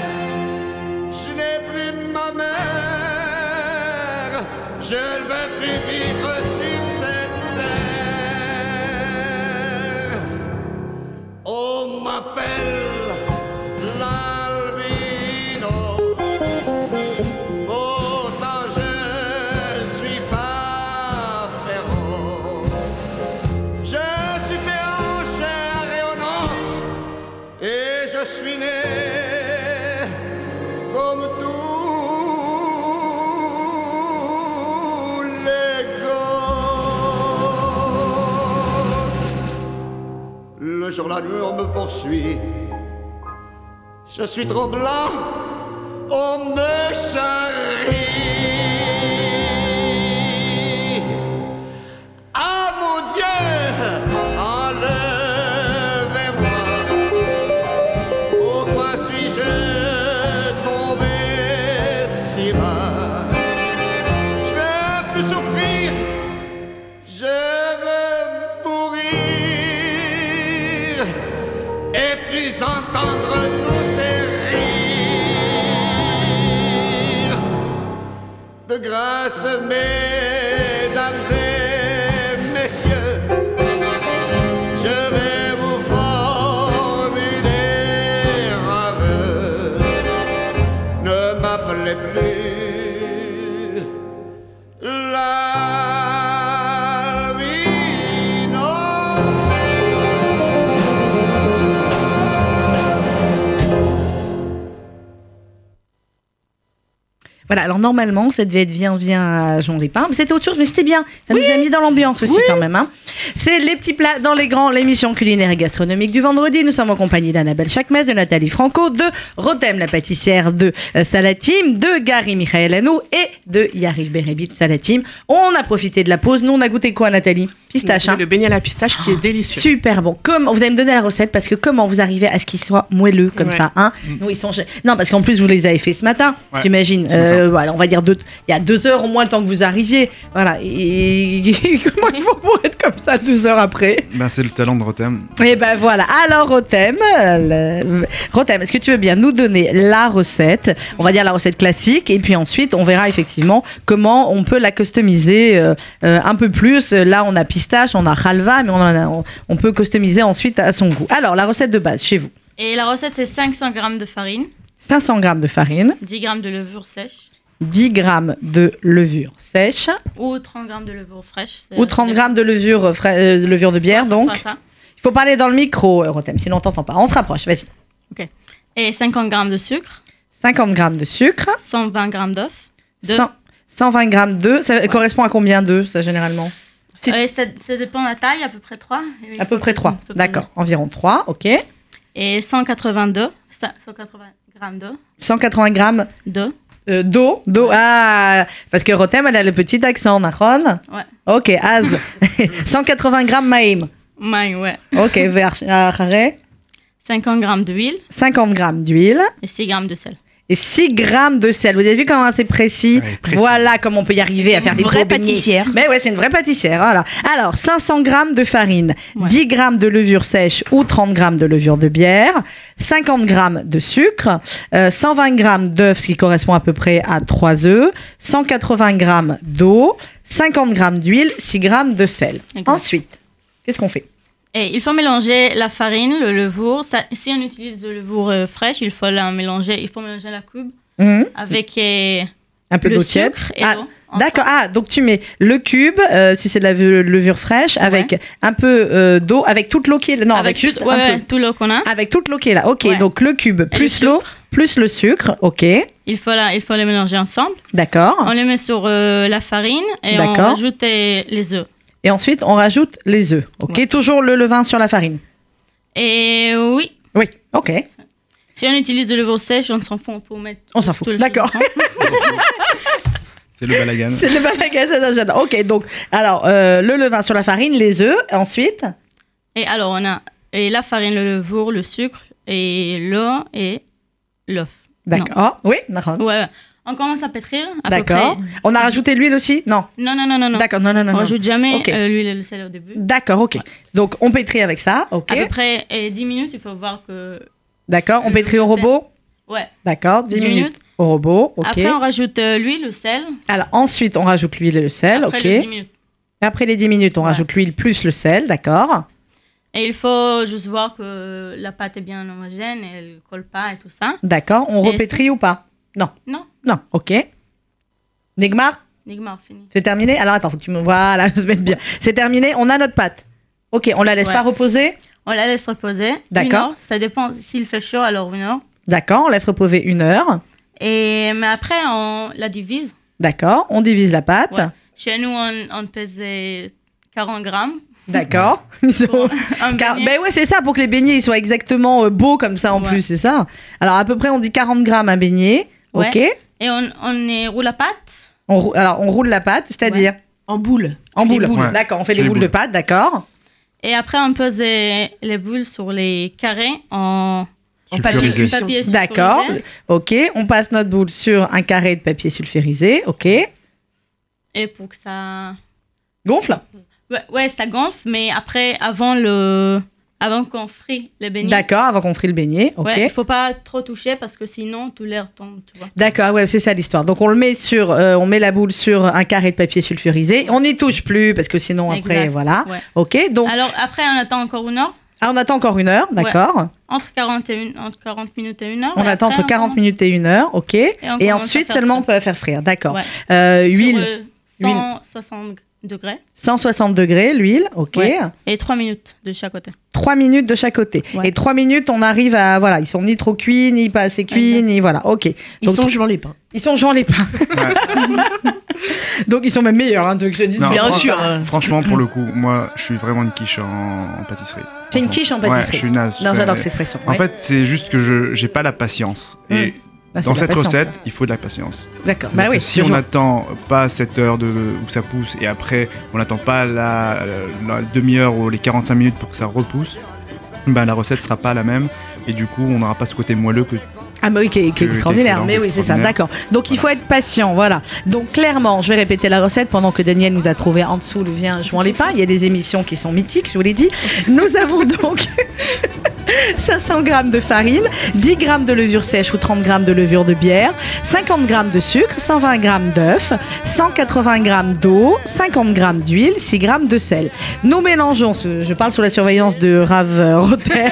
Speaker 6: je n'ai plus ma mère, je ne veux plus vivre sur cette terre. On m'appelle l'albino. Pourtant je suis pas féroce. Je suis fait en chair et en os Et je suis né Comme tous les gosses Le jour, la nuit, on me poursuit Je suis trop blanc On me charrie ah mon Dieu, enlevez-moi. Pourquoi suis-je tombé si bas Je veux plus souffrir, je veux mourir et puis entendre tous ces rires. De grâce, mesdames et messieurs, je vais vous formuler un vœu. Ne m'appelez plus l'albino.
Speaker 1: Voilà, alors normalement, ça devait être Viens, viens à Jean Lépin. Mais c'était autre chose, mais c'était bien. Ça nous a mis dans l'ambiance aussi, quand même. hein. C'est Les Petits Plats dans les Grands, l'émission culinaire et gastronomique du vendredi. Nous sommes en compagnie d'Annabelle Chakmes, de Nathalie Franco, de Rotem, la pâtissière de euh, Salatim, de Gary Michael Hanou et de Yariv Berebit Salatim. On a profité de la pause. Nous, on a goûté quoi, Nathalie Pistache, hein
Speaker 4: Le beignet à la pistache qui est délicieux.
Speaker 1: Super bon. Comment vous allez me donner la recette parce que comment vous arrivez à ce qu'ils soient moelleux comme
Speaker 4: Ouais.
Speaker 1: ça, hein Nous ils sont gé- non parce qu'en plus vous les avez fait ce matin,
Speaker 3: Mm. Ouais,
Speaker 1: j'imagine.
Speaker 3: ce matin.
Speaker 1: Euh, voilà, on va dire deux, il y a deux heures au moins le temps que vous arriviez. Voilà. Et comment il faut pour être comme ça deux heures après
Speaker 3: Ben, c'est le talent de Rotem.
Speaker 1: Et ben voilà. Alors Rotem, euh, le- Rotem, est-ce que tu veux bien nous donner la recette On va dire la recette classique et puis ensuite on verra effectivement comment on peut la customiser euh, euh, un peu plus. Là on a pistache, on a halva, mais on, en a- on, on peut customiser ensuite à son goût. Alors la recette de base chez vous
Speaker 7: Et la recette, c'est 500 g de farine,
Speaker 1: 500 g de farine,
Speaker 7: 10 g de levure sèche,
Speaker 1: 10 grammes de levure sèche
Speaker 7: Ou 30 grammes de levure fraîche. c'est-
Speaker 1: ou 30 grammes de levure, fra- euh, levure de bière.
Speaker 7: Soit ça,
Speaker 1: Donc,
Speaker 7: soit ça.
Speaker 1: il faut parler dans le micro, euh, Rotem, sinon on t'entend pas. On se rapproche, vas-y.
Speaker 7: Et 50 grammes de sucre,
Speaker 1: 50 grammes de sucre,
Speaker 7: 120 grammes d'œufs. De-
Speaker 1: 100 120 grammes d'œufs. Ça
Speaker 7: Ouais.
Speaker 1: correspond à combien d'œufs, ça, généralement C'est-
Speaker 7: Euh, ça, ça dépend de la taille, à peu près 3.
Speaker 1: À peu près 3. D'accord, environ 3, ok.
Speaker 7: Et 182, ça- 180 grammes d'eau.
Speaker 1: 180 grammes
Speaker 7: d'eau.
Speaker 1: Euh, d'eau, d'eau. Ah, parce que Rotem, elle a le petit accent, Nakhon.
Speaker 7: Ouais.
Speaker 1: Ok, Az. 180 grammes Maïm.
Speaker 7: Mais ouais.
Speaker 1: Ok, vers à Harare.
Speaker 7: 50 grammes d'huile
Speaker 1: 50 grammes d'huile
Speaker 7: et 6 grammes de sel.
Speaker 1: et 6 grammes de sel. Vous avez vu comment c'est précis,
Speaker 3: Ouais, précis.
Speaker 1: Voilà comment on peut y arriver à faire des
Speaker 7: vraie
Speaker 1: gros beignets.
Speaker 7: pâtissière.
Speaker 1: Mais ouais, c'est une vraie pâtissière. Voilà. Alors, 500 grammes de farine,
Speaker 7: Ouais.
Speaker 1: 10 grammes de levure sèche ou 30 grammes de levure de bière, 50 grammes de sucre, euh, 120 grammes d'œufs, ce qui correspond à peu près à 3 œufs, 180 grammes d'eau, 50 grammes d'huile, 6 grammes de sel.
Speaker 7: Exact.
Speaker 1: Ensuite, qu'est-ce qu'on fait
Speaker 7: Et il faut mélanger la farine, le levour. Ça- si on utilise de levour euh, fraîche, il faut la mélanger. Il faut mélanger la cube
Speaker 1: Hum,
Speaker 7: avec euh,
Speaker 1: Un peu
Speaker 7: le
Speaker 1: d'eau tiède.
Speaker 7: sucre et
Speaker 1: Ah,
Speaker 7: l'eau.
Speaker 1: D'accord. Ah, donc tu mets le cube, euh, si c'est de la ve- levure fraîche, avec un peu euh, d'eau, avec toute l'eau qui est là. Non, avec, juste
Speaker 7: ouais,
Speaker 1: un
Speaker 7: ouais,
Speaker 1: peu.
Speaker 7: tout l'eau qu'on a.
Speaker 1: Avec toute l'eau qui est là. Ok,
Speaker 7: Ouais.
Speaker 1: donc le cube
Speaker 7: Et
Speaker 1: plus
Speaker 7: le
Speaker 1: l'eau plus le sucre. Ok,
Speaker 7: Il faut, la- il faut les mélanger ensemble.
Speaker 1: d'accord.
Speaker 7: On les met sur euh, la farine et on
Speaker 1: Ah. D'accord.
Speaker 7: rajoute euh, les œufs.
Speaker 1: Et ensuite, on rajoute les œufs. Ok,
Speaker 7: Ouais.
Speaker 1: toujours le levain sur la farine.
Speaker 7: Et oui,
Speaker 1: Oui, ok,
Speaker 7: si on utilise de l'eau sèche, on s'en fout, on peut mettre
Speaker 1: on s'en fout.
Speaker 7: tout le
Speaker 1: D'accord.
Speaker 3: C'est le balagan.
Speaker 1: C'est le balagan, j'adore, j'adore. Ok, donc, alors, euh, le levain sur la farine, les œufs, ensuite.
Speaker 7: Et alors, on a et la farine, le levour, le sucre, et l'eau et l'œuf.
Speaker 1: D'accord. Oui, d'accord.
Speaker 7: Ouais, ouais. On commence à pétrir. à peu
Speaker 1: D'accord.
Speaker 7: près.
Speaker 1: On a rajouté l'huile aussi Non.
Speaker 7: Non, non, non, non. non.
Speaker 1: D'accord, non, non, non.
Speaker 7: On
Speaker 1: non.
Speaker 7: rajoute jamais
Speaker 1: Mhm. Ok.
Speaker 7: euh, l'huile et le sel au début.
Speaker 1: D'accord, ok. Donc on pétrit avec ça, ok.
Speaker 7: À peu près euh, 10 minutes, il faut voir que.
Speaker 1: D'accord, on pétrit au robot.
Speaker 7: Ouais,
Speaker 1: D'accord, 10,
Speaker 7: 10
Speaker 1: minutes.
Speaker 7: minutes.
Speaker 1: Au robot, ok.
Speaker 7: Après, on rajoute euh, l'huile, le sel.
Speaker 1: Alors ensuite, on rajoute l'huile et le sel,
Speaker 7: après
Speaker 1: ok.
Speaker 7: les 10 minutes.
Speaker 1: Après les 10 minutes, on
Speaker 7: Ouais.
Speaker 1: rajoute l'huile plus le sel, d'accord.
Speaker 7: Et il faut juste voir que la pâte est bien homogène, elle ne colle pas et tout ça.
Speaker 1: D'accord, on
Speaker 7: Et
Speaker 1: repétrit ou pas Non.
Speaker 7: Non.
Speaker 1: Non, ok. Negmar,
Speaker 7: Nigmar, fini.
Speaker 1: c'est terminé Alors attends, faut que tu me. Voilà, je vais être bien. C'est terminé, on a notre pâte. Ok, on la laisse
Speaker 7: Ouais.
Speaker 1: pas reposer
Speaker 7: On la laisse reposer. Une
Speaker 1: D'accord.
Speaker 7: heure, Ça dépend. S'il fait chaud, alors une heure.
Speaker 1: D'accord, on laisse reposer une heure.
Speaker 7: Et, mais après, on la divise.
Speaker 1: D'accord, on divise la pâte.
Speaker 7: Ouais. Chez nous, on, on pesait 40 grammes.
Speaker 1: D'accord. Ils ont-
Speaker 7: pour un
Speaker 1: Car-
Speaker 7: beignet.
Speaker 1: ben ouais, c'est ça, pour que les beignets ils soient exactement euh, beaux comme ça en
Speaker 7: Ouais.
Speaker 1: plus, c'est ça. Alors à peu près, on dit 40 grammes un beignet.
Speaker 7: Ouais.
Speaker 1: Ok.
Speaker 7: Et on, on euh, roule la pâte.
Speaker 1: On, rou- alors on roule la pâte, c'est-à-dire
Speaker 2: En boule.
Speaker 1: en
Speaker 2: Les
Speaker 1: boule.
Speaker 2: boules.
Speaker 3: Ouais.
Speaker 1: D'accord, on fait
Speaker 3: Sur
Speaker 1: des
Speaker 3: les
Speaker 1: boules, de
Speaker 3: boules.
Speaker 1: pâte, d'accord.
Speaker 7: Et après, on pesait les boules sur les carrés en
Speaker 2: En papier,
Speaker 3: Sulfurisé.
Speaker 2: sur-
Speaker 7: papier sulfurisé.
Speaker 1: D'accord. Ok, on passe notre boule sur un carré de papier sulfurisé. Ok.
Speaker 7: Et pour que ça.
Speaker 1: Gonfle.
Speaker 7: Ouais, ouais, ça gonfle, mais après, avant le. Avant qu'on frie les beignets.
Speaker 1: D'accord, avant qu'on frie le beignet. Ok.
Speaker 7: Ouais, faut pas trop toucher parce que sinon tout l'air tombe, tu vois.
Speaker 1: D'accord, ouais, c'est ça l'histoire. Donc on le met sur, euh, on met la boule sur un carré de papier sulfurisé. On n'y touche plus parce que sinon après,
Speaker 7: Exact.
Speaker 1: voilà.
Speaker 7: Ouais. Ah.
Speaker 1: Ok, donc
Speaker 7: Alors après, on attend encore une heure.
Speaker 1: ah, on attend encore une heure, d'accord.
Speaker 7: Entre 40, et une- entre 40 minutes et une heure.
Speaker 1: On
Speaker 7: et
Speaker 1: attend
Speaker 7: après,
Speaker 1: entre
Speaker 7: on
Speaker 1: 40
Speaker 7: commence-
Speaker 1: minutes et une heure, ok. Et,
Speaker 7: Et, Ah, on commence à
Speaker 1: ensuite
Speaker 7: faire
Speaker 1: seulement on
Speaker 7: fondre
Speaker 1: peut la faire frire, d'accord.
Speaker 7: Ouais.
Speaker 1: Euh,
Speaker 7: sur,
Speaker 1: huile,
Speaker 7: euh, 160 degrés
Speaker 1: 160 degrés, l'huile, ok.
Speaker 7: Ouais. et 3 minutes de chaque côté.
Speaker 1: 3 minutes de chaque côté.
Speaker 7: Ouais.
Speaker 1: Et 3 minutes, on arrive à. Voilà, ils sont ni trop cuits, ni pas assez cuits,
Speaker 7: Exact.
Speaker 1: ni. Voilà, ok.
Speaker 2: Ils
Speaker 1: Donc-
Speaker 2: sont jouant les pains.
Speaker 1: Ils sont Jean les pains. Donc ils sont même meilleurs, hein, de que je dise
Speaker 4: Ah,
Speaker 3: Non,
Speaker 1: bien.
Speaker 5: Bien
Speaker 3: franchement-
Speaker 5: sûr. euh,
Speaker 3: Franchement, pour le coup, moi, je suis vraiment une quiche en, en pâtisserie.
Speaker 1: Mm. T'es une quiche en
Speaker 3: Ouais,
Speaker 1: pâtisserie.
Speaker 3: je suis naze.
Speaker 1: Non,
Speaker 3: Je-
Speaker 1: j'adore cette expression.
Speaker 3: En
Speaker 1: ouais.
Speaker 3: fait, c'est juste que je j'ai pas la patience. Et
Speaker 1: Ah, c'est
Speaker 3: dans
Speaker 1: de la
Speaker 3: cette
Speaker 1: patience,
Speaker 3: recette,
Speaker 1: ça.
Speaker 3: il faut de la patience.
Speaker 1: D'accord. Bah
Speaker 3: Donc,
Speaker 1: oui.
Speaker 3: si on n'attend pas cette heure de, où ça pousse et après on n'attend pas la, la demi-heure ou les 45 minutes pour que ça repousse, ben la recette sera pas la même et du coup on n'aura pas ce côté moelleux que
Speaker 1: Ah bah oui, qui est, qui est
Speaker 3: Que-
Speaker 1: extraordinaire.
Speaker 3: d'excellent,
Speaker 1: Mais oui, c'est ça,
Speaker 3: d'extraordinaire.
Speaker 1: d'accord. Donc il faut être patient, voilà. Donc clairement, je vais répéter la recette pendant que Daniel nous a trouvé en dessous le vin jouant les pas. Il y a des émissions qui sont mythiques, je vous l'ai dit. Nous avons donc 500 grammes de farine, 10 grammes de levure sèche ou 30 grammes de levure de bière, 50 grammes de sucre, 120 grammes d'œuf, 180 grammes d'eau, 50 grammes d'huile, 6 grammes de sel. Nous mélangeons, ce- je parle sous la surveillance de Rav euh, Rotter.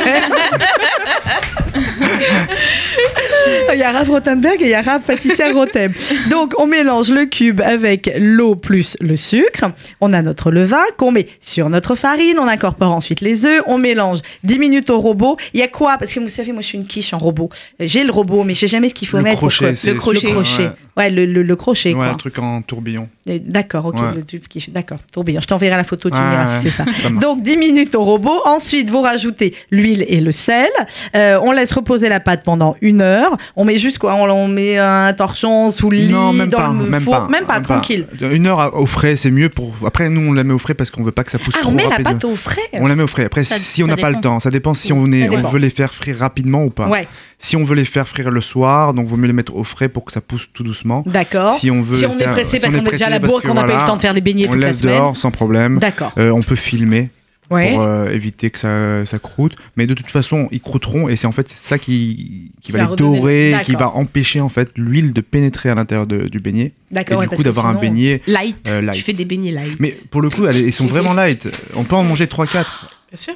Speaker 1: Il y a Raph Rothenberg et il y a Raph pâtissière Rothem. Donc, on mélange le cube avec l'eau plus le sucre. On a notre levain qu'on met sur notre farine. On incorpore ensuite les œufs. On mélange 10 minutes au robot. Il y a quoi Parce que vous savez, moi, je suis une quiche en robot. J'ai le robot, mais je sais jamais ce qu'il faut
Speaker 3: Le
Speaker 1: mettre. pour
Speaker 3: crochet,
Speaker 1: que-
Speaker 3: c'est-
Speaker 1: le crochet.
Speaker 3: c'est-
Speaker 1: Le crochet. Ouais, le, le- le crochet,
Speaker 3: Ouais,
Speaker 1: quoi.
Speaker 3: un truc en tourbillon.
Speaker 1: Euh, D'accord, ok,
Speaker 3: Ouais.
Speaker 1: le tube qui fait- D'accord, tourbillon. Je t'enverrai la photo, tu me
Speaker 3: Ah,
Speaker 1: diras si
Speaker 3: ouais.
Speaker 1: c'est ça.
Speaker 3: Ça marche.
Speaker 1: Donc 10 minutes au robot. Ensuite, vous rajoutez l'huile et le sel. Euh, on laisse reposer la pâte pendant une heure. On met juste quoi On, on met un torchon sous le lit,
Speaker 3: non, même
Speaker 1: dans
Speaker 3: pas,
Speaker 1: le
Speaker 3: même
Speaker 1: four.
Speaker 3: pas.
Speaker 1: même pas, tranquille.
Speaker 3: Une heure à- au frais, c'est mieux pour. Après, nous, on la met au frais parce qu'on veut pas que ça pousse
Speaker 1: Ah,
Speaker 3: trop
Speaker 1: on met la
Speaker 3: rapidement.
Speaker 1: pâte au frais.
Speaker 3: hein. On la met au frais. Après,
Speaker 7: Ça-
Speaker 3: si on n'a
Speaker 7: ça
Speaker 3: pas le
Speaker 7: dépend.
Speaker 3: temps, ça dépend si on,
Speaker 1: Ça
Speaker 3: est, on
Speaker 1: dépend.
Speaker 3: veut les faire frire rapidement ou pas.
Speaker 1: Ouais,
Speaker 3: Si on veut les faire frire le soir, donc vaut mieux les mettre au frais pour que ça pousse tout doucement.
Speaker 1: d'accord.
Speaker 3: Si on veut les
Speaker 1: est
Speaker 3: faire-
Speaker 1: pressé
Speaker 3: si
Speaker 1: parce
Speaker 3: on est
Speaker 1: qu'on est déjà à la
Speaker 3: pressé parce
Speaker 1: bourre,
Speaker 3: que
Speaker 1: qu'on n'a pas eu le
Speaker 3: voilà,
Speaker 1: temps de faire les beignets
Speaker 3: on
Speaker 1: toute la
Speaker 3: laisse
Speaker 1: semaine.
Speaker 3: dehors sans problème.
Speaker 1: D'accord.
Speaker 3: Euh, on peut filmer
Speaker 1: Ouais.
Speaker 3: pour euh, éviter que ça, ça croûte. Mais de toute façon, ils croûteront et c'est en fait ça qui, qui
Speaker 1: Qui
Speaker 3: va
Speaker 1: va
Speaker 3: les
Speaker 1: redonner-
Speaker 3: dorer, qui
Speaker 1: D'accord.
Speaker 3: va empêcher en fait l'huile de pénétrer à l'intérieur de- du beignet. Et
Speaker 1: D'accord. ouais,
Speaker 3: du
Speaker 1: parce
Speaker 3: coup,
Speaker 1: que
Speaker 3: d'avoir un
Speaker 1: sinon-
Speaker 3: beignet.
Speaker 2: Light.
Speaker 3: Euh, light.
Speaker 2: Tu fais des beignets light.
Speaker 3: Mais pour le coup, elles- ils sont vraiment light. On peut en manger 3-4.
Speaker 4: Bien sûr.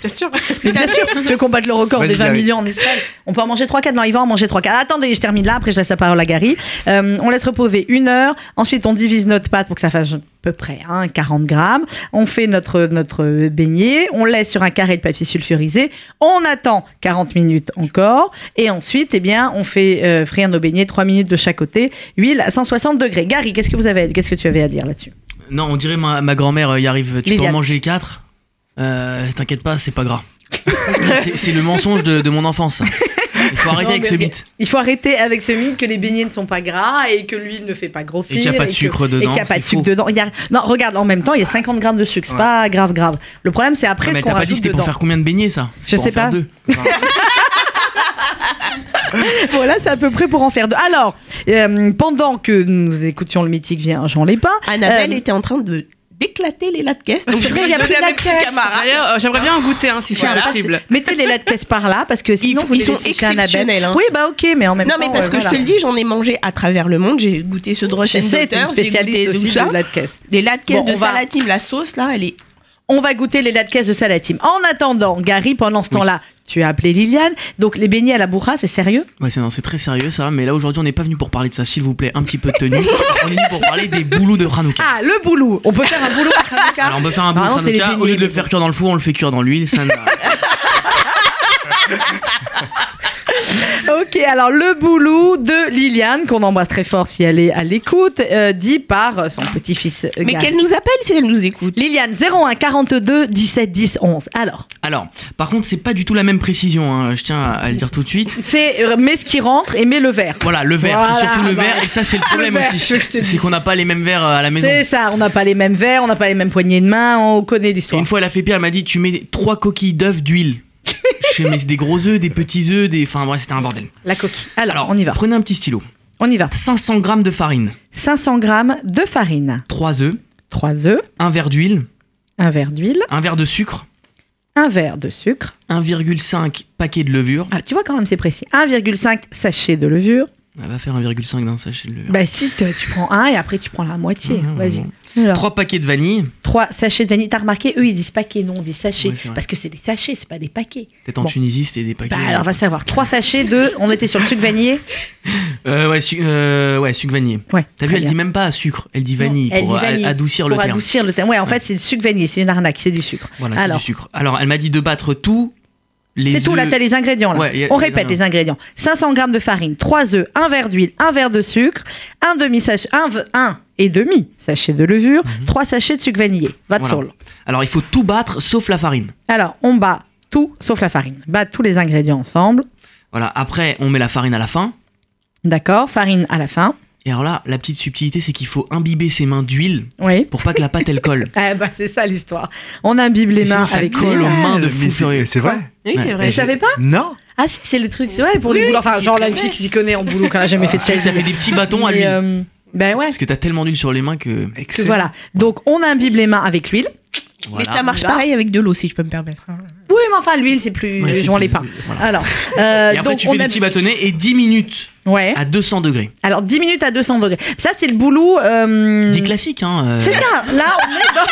Speaker 4: Bien sûr.
Speaker 1: Mais bien sûr, tu veux combattre le record
Speaker 3: Vas-y,
Speaker 1: des 20
Speaker 3: Gary.
Speaker 1: millions en Israël. On peut en manger 3-4. Non, il va en manger 3-4. Attendez, je termine là, après je laisse la parole à Gary. Euh, on laisse reposer une heure. Ensuite, on divise notre pâte pour que ça fasse à peu près hein, 40 grammes. On fait notre, notre beignet. On laisse sur un carré de papier sulfurisé. On attend 40 minutes encore. Et ensuite, eh bien, on fait euh, frire nos beignets 3 minutes de chaque côté. Huile à 160 degrés. Gary, qu'est-ce que vous avez, qu'est-ce que tu avais à dire là-dessus
Speaker 5: Non, on dirait ma, ma grand-mère euh, y arrive. Tu peux
Speaker 1: Liliane.
Speaker 5: en manger 4. Euh, T'inquiète pas, c'est pas gras. c'est c'est le mensonge de, de mon enfance. ça. Il faut arrêter
Speaker 1: Non,
Speaker 5: avec
Speaker 1: mais
Speaker 5: ce
Speaker 1: bien-
Speaker 5: mythe.
Speaker 1: Il faut arrêter avec ce mythe que les beignets ne sont pas gras et que l'huile ne fait pas grossir.
Speaker 5: Et qu'il y a pas de
Speaker 1: que-
Speaker 5: sucre
Speaker 1: et qu'il y
Speaker 5: dedans,
Speaker 1: a pas de
Speaker 5: c'est
Speaker 1: sucre
Speaker 5: faux.
Speaker 1: dedans. Il y a- Non, regarde, en même temps, il y a 50 grammes de sucre. C'est
Speaker 3: Ouais.
Speaker 1: pas grave, grave. Le problème, c'est après
Speaker 5: Non,
Speaker 1: ce
Speaker 5: mais
Speaker 1: qu'on
Speaker 5: t'as pas dit
Speaker 1: rajoute
Speaker 5: c'était
Speaker 1: dedans.
Speaker 5: pour faire combien de beignets ça C'est
Speaker 1: Je
Speaker 5: pour en
Speaker 1: sais
Speaker 5: faire
Speaker 1: pas.
Speaker 5: deux.
Speaker 1: Voilà, c'est à peu près pour en faire deux. Alors, euh, pendant que nous écoutions le mythique Vient Jean Lépin,
Speaker 2: Annabelle
Speaker 1: Euh,
Speaker 2: était en train de d'éclater les lattes caisses. Donc je
Speaker 1: vrai,
Speaker 2: vais
Speaker 1: il y a
Speaker 2: donner
Speaker 1: plus de
Speaker 2: à mes petits
Speaker 1: lattes-caisses.
Speaker 2: camarades.
Speaker 4: D'ailleurs, euh, j'aimerais bien en goûter hein, si c'est
Speaker 2: Voilà,
Speaker 4: possible.
Speaker 1: mettez les lattes caisses par là parce que sinon
Speaker 2: Ils-
Speaker 1: vous les
Speaker 2: ils sont
Speaker 1: laissez chez Annabelle.
Speaker 2: exceptionnels, hein.
Speaker 1: Oui, bah ok, mais en même
Speaker 2: Non
Speaker 1: temps.
Speaker 2: mais parce
Speaker 1: euh,
Speaker 2: que je
Speaker 1: voilà.
Speaker 2: te le dis, j'en ai mangé à travers le monde. J'ai goûté ce droit
Speaker 1: Je
Speaker 2: chez
Speaker 1: sais, t'es une
Speaker 2: Docteur, j'ai goûté
Speaker 1: spécialiste
Speaker 2: tout
Speaker 1: aussi
Speaker 2: ça.
Speaker 1: de lattes caisses.
Speaker 2: Des lattes caisses
Speaker 1: Bon, on
Speaker 2: de
Speaker 1: va-
Speaker 2: salatine, la sauce là, elle est
Speaker 1: On va goûter les lattes caisses de Salatim. En attendant, Gary, pendant ce temps-là, tu as appelé Liliane. Donc, les beignets à la bourra, c'est sérieux
Speaker 5: Ouais, c'est non, c'est très sérieux ça. Mais là aujourd'hui, on n'est pas venu pour parler de ça. S'il vous plaît, un petit peu de tenue. on est venu pour parler des boulots de Hanouka.
Speaker 1: Ah, le boulot On peut faire un boulot à Hanouka
Speaker 5: Alors on peut faire un boulot
Speaker 1: Normalement,
Speaker 5: de
Speaker 1: c'est les
Speaker 5: Hanouka. Au
Speaker 1: beignets,
Speaker 5: lieu de le
Speaker 1: mais
Speaker 5: faire cuire dans le four, on le fait cuire dans l'huile. Ça n'a-
Speaker 1: Ok, alors le boulot de Liliane, qu'on embrasse très fort si elle est à l'écoute, euh, dit par euh, son petit-fils. euh,
Speaker 2: Mais
Speaker 1: Gary.
Speaker 2: qu'elle nous appelle si elle nous écoute.
Speaker 1: Liliane, 01 42 17 10 11. Alors,
Speaker 5: Alors, par contre, c'est pas du tout la même précision. hein. Je tiens à- à le dire tout de suite.
Speaker 1: c'est euh, mets ce qui rentre et mets le verre.
Speaker 5: Voilà, le verre, c'est
Speaker 1: Voilà,
Speaker 5: surtout le
Speaker 1: bah,
Speaker 5: verre, et ça c'est le problème
Speaker 1: verre, je veux que je te
Speaker 5: aussi.
Speaker 1: dise.
Speaker 5: C'est qu'on n'a pas les mêmes verres euh, à la maison.
Speaker 1: C'est
Speaker 5: Et
Speaker 1: ça, on n'a pas les mêmes verres, on n'a pas les mêmes poignées de main, on connaît l'histoire.
Speaker 5: une fois, elle a fait pire, elle m'a dit Tu mets trois coquilles d'œufs d'huile. Je fais, mais c'est des gros œufs, des petits œufs, des. Enfin, bref, c'était un bordel.
Speaker 1: La coquille. Alors, on y va.
Speaker 5: Prenez un petit stylo
Speaker 1: On y va.
Speaker 5: 500 grammes de farine,
Speaker 1: 500 grammes de farine,
Speaker 5: 3 œufs,
Speaker 1: 3 œufs,
Speaker 5: un verre d'huile,
Speaker 1: un verre d'huile,
Speaker 5: un verre de sucre,
Speaker 1: un verre de sucre.
Speaker 5: 1,5 paquet de levure.
Speaker 1: Ah, tu vois quand même, c'est précis. 1,5 sachet de levure.
Speaker 5: Elle va faire 1,5 d'un sachet de levure.
Speaker 1: Bah si, tu tu prends un et après tu prends la moitié.
Speaker 5: Mmh,
Speaker 1: Vas-y.
Speaker 5: mmh.
Speaker 1: Alors,
Speaker 5: 3 paquets de vanille,
Speaker 1: trois sachets de vanille. T'as remarqué, eux, ils disent paquets, non, on dit sachets.
Speaker 5: Ouais, c'est vrai.
Speaker 1: parce que c'est des sachets, c'est pas des paquets.
Speaker 5: peut-être en
Speaker 1: Bon.
Speaker 5: Tunisie c'était des paquets.
Speaker 1: Bah alors, on va savoir. Trois sachets de... On était sur le sucre vanillé.
Speaker 5: Euh, ouais, su- euh, ouais, sucre vanillé.
Speaker 1: Ouais.
Speaker 5: T'as vu,
Speaker 1: très
Speaker 5: elle
Speaker 1: bien.
Speaker 5: dit même pas sucre, elle dit vanille
Speaker 1: Elle
Speaker 5: pour
Speaker 1: dit
Speaker 5: a-
Speaker 1: vanille,
Speaker 5: adoucir
Speaker 1: Pour
Speaker 5: le terme.
Speaker 1: adoucir le thème. Ouais, en fait, c'est du sucre vanillé. C'est une arnaque, c'est du sucre.
Speaker 5: Voilà, c'est
Speaker 1: Alors.
Speaker 5: du sucre. Alors, elle m'a dit de battre tout. les
Speaker 1: C'est tout, là,
Speaker 5: œufs-
Speaker 1: t'as les ingrédients. Là.
Speaker 5: Ouais, y a-
Speaker 1: On
Speaker 5: les
Speaker 1: répète les ingrédients. 500 grammes de farine, 3 œufs, 1 verre d'huile, 1 verre de sucre, 1 demi sachet, 1, et demi sachet de levure, 3 sachets de sucre vanillé. Va de
Speaker 5: Mmh. Voilà.
Speaker 1: saoul.
Speaker 5: Alors, il faut tout battre sauf la farine.
Speaker 1: Alors, on bat tout sauf la farine. Bat tous les ingrédients ensemble.
Speaker 5: Voilà, après, on met la farine à la fin.
Speaker 1: D'accord, farine à la fin.
Speaker 5: Et alors là, la petite subtilité, c'est qu'il faut imbiber ses mains d'huile
Speaker 1: Oui.
Speaker 5: pour pas que la pâte elle colle.
Speaker 1: Ah bah c'est ça l'histoire. On imbibe les
Speaker 5: C'est
Speaker 1: mains
Speaker 5: ça, ça
Speaker 1: avec
Speaker 5: colle
Speaker 1: l'huile.
Speaker 5: aux mains de
Speaker 3: Mais
Speaker 5: fou
Speaker 3: c'est-
Speaker 5: furieux.
Speaker 3: C'est vrai
Speaker 4: Oui, c'est vrai.
Speaker 1: Tu savais pas
Speaker 3: Non
Speaker 1: Ah si, c'est le truc. C'est vrai pour les
Speaker 2: Oui,
Speaker 1: boulots. Enfin,
Speaker 2: c'est
Speaker 1: genre la
Speaker 2: clair.
Speaker 1: fille qui s'y connaît en boulot quand elle a jamais fait de
Speaker 5: Ah, Ça fait
Speaker 1: cuisine.
Speaker 5: des petits bâtons à
Speaker 1: Mais,
Speaker 5: l'huile.
Speaker 1: euh, Ben ouais.
Speaker 5: Parce que t'as tellement d'huile sur les mains que.
Speaker 1: Que
Speaker 3: Excellent.
Speaker 1: voilà. Donc on imbibe les mains avec l'huile.
Speaker 5: Voilà.
Speaker 2: Mais ça marche pareil avec de l'eau si je peux me permettre. hein.
Speaker 1: Oui, mais enfin l'huile c'est plus
Speaker 5: Ouais, c'est-
Speaker 1: jouant les
Speaker 5: c'est-
Speaker 1: pains.
Speaker 5: voilà.
Speaker 1: Alors, euh,
Speaker 5: Et après,
Speaker 1: donc
Speaker 5: tu
Speaker 1: on Eh
Speaker 5: fais des
Speaker 1: imbibe-
Speaker 5: petits bâtonnets et 10 minutes
Speaker 1: Ouais.
Speaker 5: à 200 degrés.
Speaker 1: Alors 10 minutes à 200 degrés. Ça c'est le boulot. euh,
Speaker 5: Dit classique, hein. euh,
Speaker 1: C'est ça. Là on est dans.